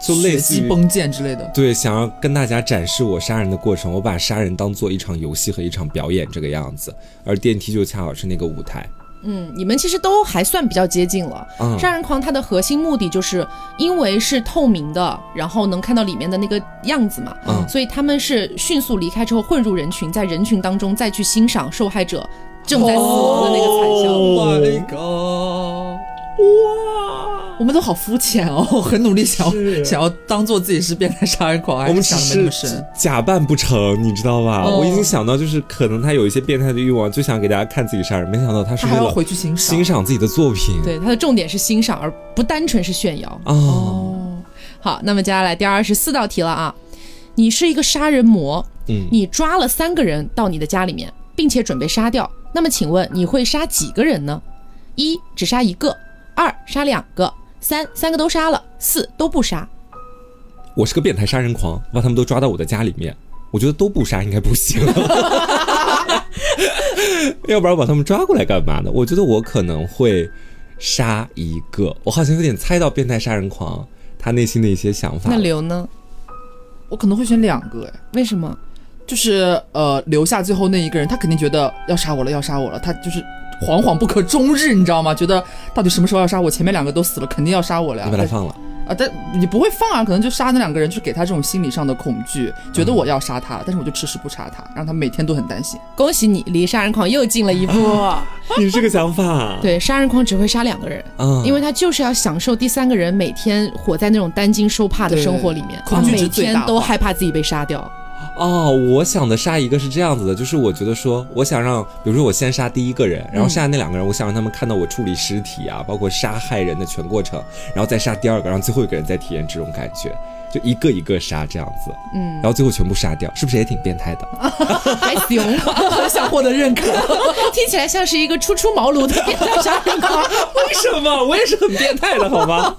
Speaker 2: 就类似
Speaker 3: 血迹
Speaker 2: 于
Speaker 3: 崩溅之类的。
Speaker 2: 对，想要跟大家展示我杀人的过程，我把杀人当做一场游戏和一场表演这个样子，而电梯就恰好是那个舞台。
Speaker 1: 嗯，你们其实都还算比较接近了。
Speaker 2: 嗯，
Speaker 1: 杀人狂它的核心目的就是因为是透明的，然后能看到里面的那个样子嘛，
Speaker 2: 嗯
Speaker 1: 所以他们是迅速离开之后混入人群，在人群当中再去欣赏受害者正在死亡的那个惨象。
Speaker 3: 哦
Speaker 2: Oh my
Speaker 3: god！哇，我们都好肤浅哦， 很努力想要想要当做自己是变态杀人狂，还
Speaker 2: 我们
Speaker 3: 是
Speaker 2: 只
Speaker 3: 想的没那
Speaker 2: 是
Speaker 3: 么深。
Speaker 2: 假扮不成，你知道吧？
Speaker 3: 哦
Speaker 2: 我已经想到，就是可能他有一些变态的欲望，就想给大家看自己杀人，没想到他是为
Speaker 3: 他还要
Speaker 2: 了
Speaker 3: 回去欣赏
Speaker 2: 欣。赏自己的作品。
Speaker 1: 对，它的重点是欣赏，而不单纯是炫耀。
Speaker 2: 啊、
Speaker 3: 哦，
Speaker 1: 好，那么接下来第二十四道题了啊，你是一个杀人魔，
Speaker 2: 嗯，
Speaker 1: 你抓了三个人到你的家里面，并且准备杀掉，那么请问你会杀几个人呢？一只杀一个，二杀两个，三三个都杀了，四都不杀。
Speaker 2: 我是个变态杀人狂，把他们都抓到我的家里面，我觉得都不杀应该不行， 要不然我把他们抓过来干嘛呢？我觉得我可能会杀一个，我好像有点猜到变态杀人狂他内心的一些想法
Speaker 1: 那。刘呢？
Speaker 3: 我可能会选两个，哎，
Speaker 1: 为什么？
Speaker 3: 就是呃，留下最后那一个人，他肯定觉得要杀我了，要杀我了，他就是惶惶不可终日，你知道吗？觉得到底什么时候要杀我？前面两个都死了，肯定要杀我了呀。
Speaker 2: 你把他放了，
Speaker 3: 啊，但你不会放啊，可能就杀那两个人，就是给他这种心理上的恐惧，觉得我要杀他，但是我就迟迟不杀他，让他每天都很 担心。
Speaker 1: 恭喜你离杀人狂又近了一步。
Speaker 2: 你这个想
Speaker 3: 啊
Speaker 2: 法，
Speaker 1: 对，杀人狂只会杀两个人，
Speaker 2: 啊，
Speaker 3: 嗯
Speaker 1: 因为他就是要享受第三个人每天活在那种担惊受怕的生活里面，啊
Speaker 3: 对恐惧
Speaker 1: 每
Speaker 3: 值最
Speaker 1: 天
Speaker 3: 大
Speaker 1: 都
Speaker 3: 化
Speaker 1: 害怕自己被杀掉。
Speaker 2: 哦，我想的杀一个是这样子的，就是我觉得说，我想让，比如说我先杀第一个人，然后杀那两个人，我想让他们看到我处理尸体啊，包括杀害人的全过程，然后再杀第二个，让最后一个人再体验这种感觉，就一个一个杀这样子，嗯，然后最后全部杀掉，是不是也挺变态 的？
Speaker 1: 还行， 很想获得认可，听起来像是一个初出茅庐的变态杀人 狂。
Speaker 2: 为什么？我也是很变态的，好吗？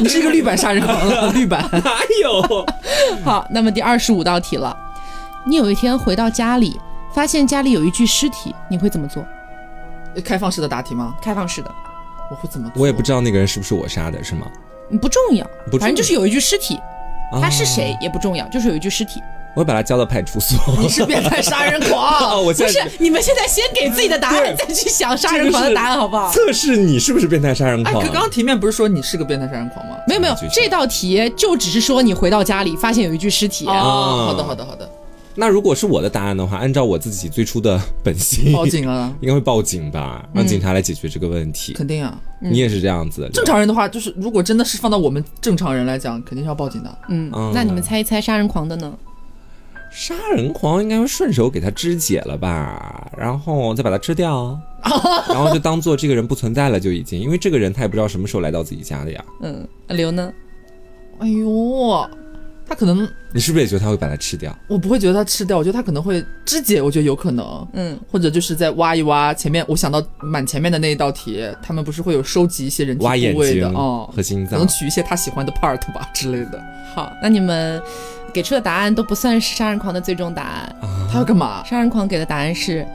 Speaker 3: 你是一个绿版杀人狂了， 绿版。
Speaker 2: 哪有？
Speaker 1: 好，那么第二十五道题了，你有一天回到家里，发现家里有一具尸体，你会怎么做？
Speaker 3: 开放式的答题吗？
Speaker 1: 开放式的，
Speaker 3: 我会怎么做？
Speaker 2: 我也不知道那个人是不是我杀的，是 吗？
Speaker 1: 嗯不重要，
Speaker 2: 不重要
Speaker 1: 反正就是有一具尸体，
Speaker 2: 啊
Speaker 1: 他是谁也不重要，就是有一具尸 体。
Speaker 2: 我会把他交到派出所。
Speaker 3: 你是变态杀人狂，
Speaker 1: 不
Speaker 2: 我现
Speaker 1: 是
Speaker 2: 在，
Speaker 1: 你们现在先给自己的答案，再
Speaker 2: 对
Speaker 1: 去想杀人狂的答案，好不好？
Speaker 2: 测试你是不是变态杀人
Speaker 3: 哎，
Speaker 2: 狂？啊
Speaker 3: 可刚刚题面不是说你是个变态杀人狂吗？
Speaker 1: 没有没有
Speaker 2: 继续，
Speaker 1: 这道题就只是说你回到家里发现有一具尸体，
Speaker 3: 哦，好的好的好的，
Speaker 2: 那如果是我的答案的话，按照我自己最初的本性，
Speaker 3: 报警了，
Speaker 2: 应该会报警
Speaker 3: 嗯
Speaker 2: 吧，让警察来解决这个问题。
Speaker 3: 肯定啊。
Speaker 2: 你也是这样子的，
Speaker 3: 正常人的话，就是如果真的是放到我们正常人来讲，肯定是要报警的。
Speaker 1: 嗯
Speaker 2: 哦，
Speaker 1: 那你们猜一猜杀人狂的呢？
Speaker 2: 杀人狂应该会顺手给他肢解了吧，然后再把他吃 掉，啊然后就当做这个人不存在了就已经，因为这个人他也不知道什么时候来到自己家的呀。
Speaker 1: 嗯，刘呢？
Speaker 3: 哎呦，他可能
Speaker 2: 你是不是也觉得他会把他吃掉？
Speaker 3: 我不会觉得他吃掉，我觉得他可能会肢解，我觉得有可能。
Speaker 1: 嗯，
Speaker 3: 或者就是再挖一挖前面，我想到满前面的那一道题，他们不是会有收集一些人体
Speaker 2: 挖眼
Speaker 3: 部嗯位的
Speaker 2: 睛
Speaker 3: 哦，
Speaker 2: 和心
Speaker 3: 可
Speaker 2: 脏
Speaker 3: 能，取一些他喜欢的 part 吧之类的。
Speaker 1: 好，那你们给出的答案都不算是杀人狂的最终答案。
Speaker 2: 啊
Speaker 3: 他要干嘛？
Speaker 1: 杀人狂给的答案是，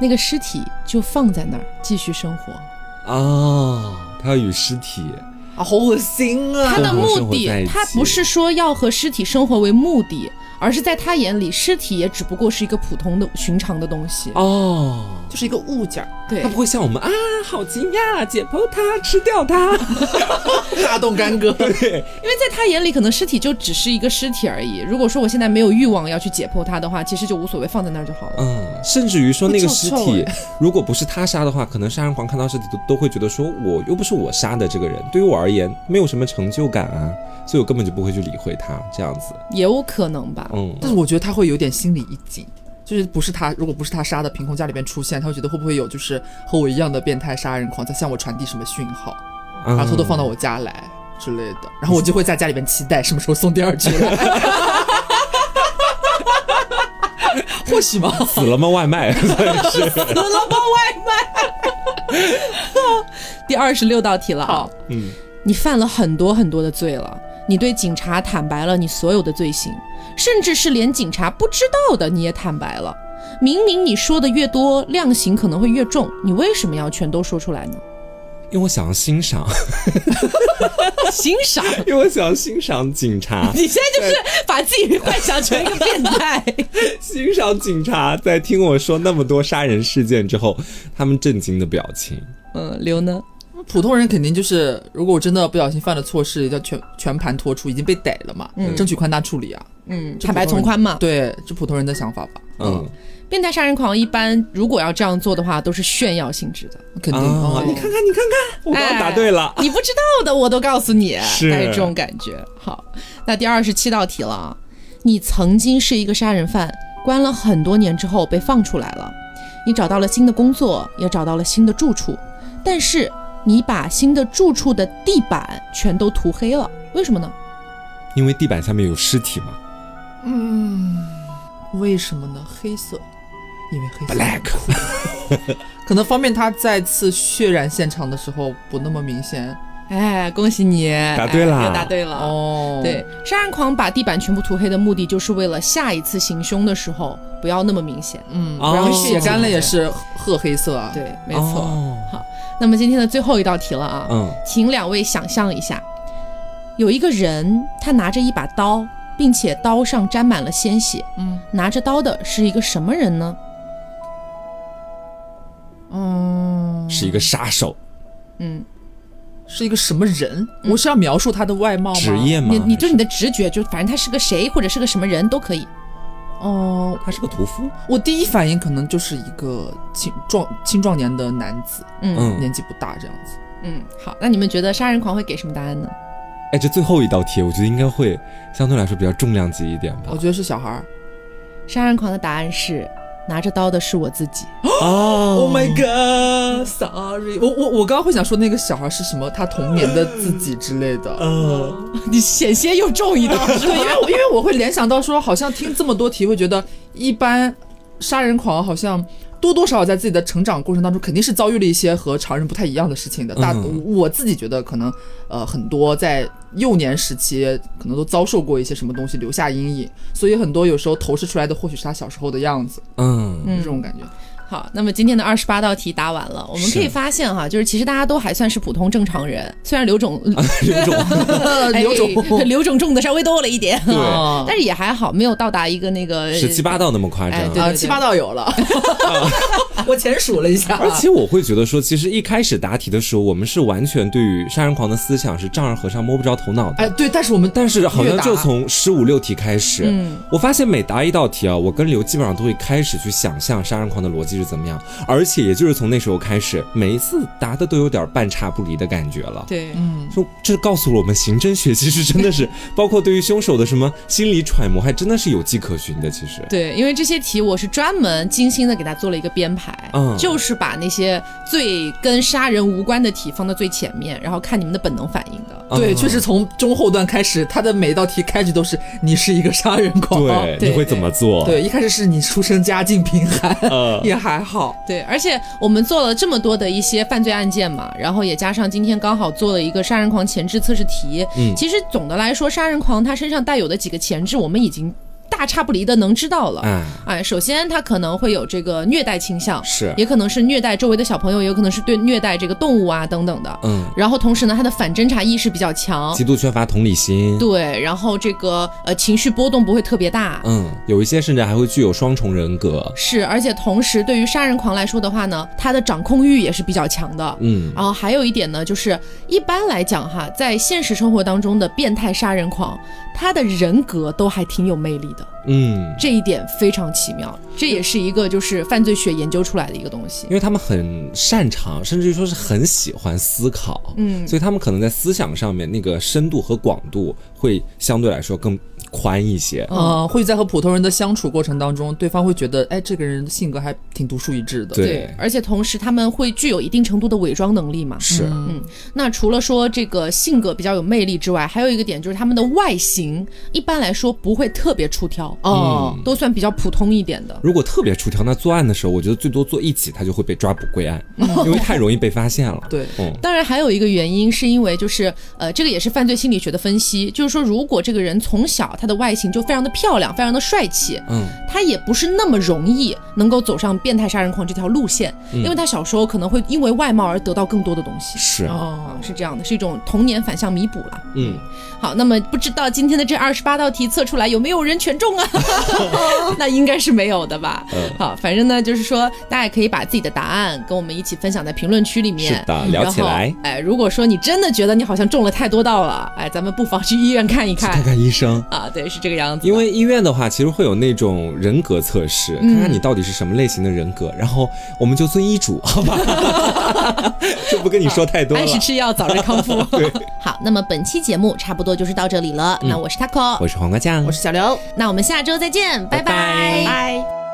Speaker 1: 那个尸体就放在那儿继续生活。
Speaker 2: 哦，他要与尸体，
Speaker 3: 啊，好恶心啊！
Speaker 1: 他的
Speaker 2: 共同生
Speaker 1: 目
Speaker 2: 活在
Speaker 1: 的
Speaker 2: 一，
Speaker 1: 他
Speaker 2: 起
Speaker 1: 不是说要和尸体生活为目的，而是在他眼里，尸体也只不过是一个普通的、寻常的东西。
Speaker 2: 哦，
Speaker 3: 就是一个物件儿，
Speaker 1: 对
Speaker 2: 他，不会像我们啊，好惊讶，解剖它，吃掉它。
Speaker 3: 大动干戈。
Speaker 1: 因为在他眼里，可能尸体就只是一个尸体而已。如果说我现在没有欲望要去解剖它的话，其实就无所谓，放在那儿就好了。
Speaker 2: 嗯，甚至于说那个尸
Speaker 3: 会臭
Speaker 2: 体，如果不是他杀的话，可能杀人狂看到尸体都都会觉得说，我又不是我杀的这个人，对于我而言没有什么成就感啊，所以我根本就不会去理会他这样子。
Speaker 1: 也有可能吧。
Speaker 2: 嗯，
Speaker 3: 但是我觉得他会有点心理一紧，就是不是他，如果不是他杀的，凭空家里边出现，他会觉得会不会有就是和我一样的变态杀人狂在向我传递什么讯号，
Speaker 2: 啊
Speaker 3: 然后偷偷放到我家来之类 的，然后我就会在家里边期待什么时候送第二只来。或许吧，
Speaker 2: 死了吗？外卖
Speaker 1: 哦 第二十六道题了啊
Speaker 3: 好，
Speaker 2: 嗯，
Speaker 1: 你犯了很多很多的罪了，你对警察坦白了你所有的罪行，甚至是连警察不知道的你也坦白了。明明你说的越多，量刑可能会越重，你为什么要全都说出 来呢？
Speaker 2: 因为我想要欣赏，
Speaker 1: 欣赏，
Speaker 2: 因为我想要欣赏警察，
Speaker 1: 你现在就是把自己幻想成一个变态。
Speaker 2: 欣赏警察在听我说那么多杀人事件之后，他们震惊的表情。
Speaker 1: 嗯，刘呢？
Speaker 3: 普通人肯定就是，如果我真的不小心犯了错事，要全全盘托出，已经被逮了嘛，争取宽大处理啊。
Speaker 1: 嗯，
Speaker 3: 就
Speaker 1: 坦白
Speaker 3: 普
Speaker 1: 从
Speaker 3: 通人
Speaker 1: 宽嘛。
Speaker 3: 对，这普通人的想法吧，
Speaker 2: 嗯，
Speaker 1: 变态杀人狂一般如果要这样做的话，都是炫耀性质的。
Speaker 3: 肯定。
Speaker 2: 啊
Speaker 3: 哦，
Speaker 2: 你看看，你看看，我刚刚答对了。
Speaker 1: 你不知道的我都告诉你，
Speaker 2: 是
Speaker 1: 哎，这种感觉。好，那第二十七道题了啊，你曾经是一个杀人犯，关了很多年之后被放出来了，你找到了新的工作，也找到了新的住处，但是你把新的住处的地板全都涂黑了，为什么呢？
Speaker 2: 因为地板下面有尸体嘛。
Speaker 3: 为什么呢？黑色，因为黑色 可能方便他再次血染现场的时候不那么明显
Speaker 1: 哎，恭喜你
Speaker 2: 答对啦
Speaker 1: 哎又答对了。
Speaker 3: 哦。
Speaker 1: 对，，杀人狂把地板全部涂黑的目的，就是为了下一次行凶的时候不要那么明显。
Speaker 3: 嗯，
Speaker 2: 哦
Speaker 3: 然后血干了也是褐黑色啊。
Speaker 1: 对，没错。
Speaker 2: 哦
Speaker 1: 那么今天的最后一道题了啊，
Speaker 2: 嗯
Speaker 1: 请两位想象一下，有一个人他拿着一把刀，并且刀上沾满了鲜血。
Speaker 3: 嗯
Speaker 1: 拿着刀的是一个什么人呢？
Speaker 3: 嗯，
Speaker 2: 是一个杀手
Speaker 1: 嗯，
Speaker 3: 是一个什么人？我是要描述他的外貌吗？
Speaker 2: 职业吗？
Speaker 1: 你你就你的直觉，就反正他是个谁或者是个什么人都可以。
Speaker 3: 哦，
Speaker 2: 他是个屠夫，
Speaker 3: 我第一反应可能就是一个青壮青壮年的男子，
Speaker 1: 嗯
Speaker 2: 嗯，
Speaker 3: 年纪不大这样子。
Speaker 1: 嗯，好，那你们觉得杀人狂会给什么答案呢？
Speaker 2: 哎，这最后一道题，我觉得应该会相对来说比较重量级一点吧
Speaker 3: 我。觉得是小孩儿。
Speaker 1: 杀人狂的答案是拿着刀的是我自己。
Speaker 2: 哦
Speaker 3: Oh my god，sorry，我我我刚刚会想说那个小孩是什么，他童年的自己之类的，
Speaker 2: 嗯，
Speaker 1: 你险些又中一道，
Speaker 3: 对，因为我因为我会联想到说，好像听这么多题，会觉得一般杀人狂好像。多多少少在自己的成长过程当中，肯定是遭遇了一些和常人不太一样的事情的。大、
Speaker 2: 嗯
Speaker 3: 我自己觉得，可能呃很多在幼年时期，可能都遭受过一些什么东西，留下阴影，所以很多有时候投射出来的，或许是他小时候的样子，
Speaker 2: 嗯，
Speaker 3: 这种感觉。
Speaker 1: 好，那么今天的二十八道题答完了，我们可以
Speaker 2: 是
Speaker 1: 发现哈，就是其实大家都还算是普通正常人，虽然刘总
Speaker 2: 有种
Speaker 3: 刘
Speaker 1: 哎、
Speaker 3: 总，
Speaker 1: 刘总中的稍微多了一点，
Speaker 2: 啊对
Speaker 3: 啊
Speaker 1: 但是也还好，没有到达一个那个
Speaker 2: 十七八道那么夸
Speaker 1: 哎
Speaker 2: 张
Speaker 1: 对。
Speaker 3: 啊，七八道有 了，我前数了一下，
Speaker 2: 而且我会觉得说，其实一开始答题的时候，我们是完全对于杀人狂的思想是丈二和尚摸不着头脑的。
Speaker 3: 哎，对，但是我们
Speaker 2: 但是好像
Speaker 3: 越答
Speaker 2: 就从十五六题开始，
Speaker 1: 嗯
Speaker 2: 我发现每答一道题啊，我跟刘基本上都会开始去想象杀人狂的逻辑是怎么样，而且也就是从那时候开始，每一次答的都有点半差不离的感觉了。
Speaker 1: 对，
Speaker 2: 就这告诉了我们，刑侦学其实真 的是，包括对于凶手的什么心理揣摩，还真的是有迹可循的。其实，
Speaker 1: 对，因为这些题我是专门精心的给他做了一个编排，
Speaker 2: 嗯
Speaker 1: 就是把那些最跟杀人无关的题放到最前面，然后看你们的本能反应的。
Speaker 2: 啊
Speaker 3: 对，确实从中后段开始，他的每一道题开始都是你是一个杀人狂，
Speaker 2: 对，
Speaker 1: 对
Speaker 2: 你会怎么做？，
Speaker 3: 对，一开始是你出生家境贫寒，
Speaker 2: 呃，
Speaker 3: 也还好，
Speaker 1: 对，而且我们做了这么多的一些犯罪案件嘛，然后也加上今天刚好做了一个杀人狂前置测试题。
Speaker 2: 嗯
Speaker 1: 其实总的来说，杀人狂他身上带有的几个前置，我们已经大差不离的能知道了。
Speaker 2: 哎，
Speaker 1: 哎，首先他可能会有这个虐待倾向，
Speaker 2: 是，
Speaker 1: 也可能是虐待周围的小朋友，也有可能是对虐待这个动物啊等等的。
Speaker 2: 嗯，
Speaker 1: 然后同时呢，他的反侦查意识比较强
Speaker 2: 极，度缺乏同理心。
Speaker 1: 对，然后这个呃情绪波动不会特别大，
Speaker 2: 嗯，有一些甚至还会具有双重人格。
Speaker 1: 是，而且同时对于杀人狂来说的话呢，他的掌控欲也是比较强的。
Speaker 2: 嗯，
Speaker 1: 然后还有一点呢，就是一般来讲哈，在现实生活当中的变态杀人狂，他的人格都还挺有魅力的，
Speaker 2: 嗯，
Speaker 1: 这一点非常奇妙。这也是一个就是犯罪学研究出来的一个东西
Speaker 2: 因。为他们很擅长，甚至于说是很喜欢思考，
Speaker 1: 嗯
Speaker 2: 所以他们可能在思想上面那个深度和广度会相对来说更宽一
Speaker 1: 哦
Speaker 2: 些。
Speaker 3: 嗯，会在和普通人的相处过程当中，对方会觉得，哎，这个人性格还挺独树一帜的。
Speaker 2: 对
Speaker 1: 而且同时他们会具有一定程度的伪装能力嘛。嗯
Speaker 2: 是，
Speaker 1: 那除了说这个性格比较有魅力之外，还有一个点就是他们的外形一般来说不会特别出挑，
Speaker 3: 哦，
Speaker 1: 都算比较普通一点的。
Speaker 2: 如果特别出挑，那作案的时候，我觉得最多做一起，他就会被抓捕归案，
Speaker 1: 嗯
Speaker 2: 因为太容易被发现了。
Speaker 3: 对，
Speaker 2: 嗯，
Speaker 1: 当然，还有一个原因是因为就是呃，这个也是犯罪心理学的分析，就是说，如果这个人从小他的外形就非常的漂亮，非常的帅气，
Speaker 2: 嗯，
Speaker 1: 他也不是那么容易能够走上变态杀人狂这条路线，因为他小时候可能会因为外貌而得到更多的东西。
Speaker 2: 是，啊
Speaker 1: 哦，是这样的，是一种童年反向弥补了。
Speaker 2: 嗯，
Speaker 1: 好，那么不知道今天的这二十八道题测出来有没有人全中啊？ 那应该是没有的吧。
Speaker 2: 嗯
Speaker 1: 好，反正呢，就是说大家也可以把自己的答案跟我们一起分享在评论区里面。嗯
Speaker 2: 是的，聊起来
Speaker 1: 然后，哎，如果说你真的觉得你好像中了太多道了，哎，咱们不妨去医院看一
Speaker 2: 去看
Speaker 1: 看
Speaker 2: 看医生。
Speaker 1: 啊。对，是这个样子的。
Speaker 2: 因为医院的话，其实会有那种人格测试，
Speaker 1: 嗯
Speaker 2: 看看你到底是什么类型的人格，然后我们就遵医嘱，好吧？ 就不跟你说太多了
Speaker 1: 按。时吃药，早日康复。
Speaker 2: 对，
Speaker 1: 哎好，那么本期节目差不多就是
Speaker 2: 嗯
Speaker 1: 到这里了。那我是 Taco，
Speaker 2: 我是黄瓜酱，
Speaker 3: 我是小刘。
Speaker 1: 那我们下周再见，拜
Speaker 2: 拜拜
Speaker 1: 拜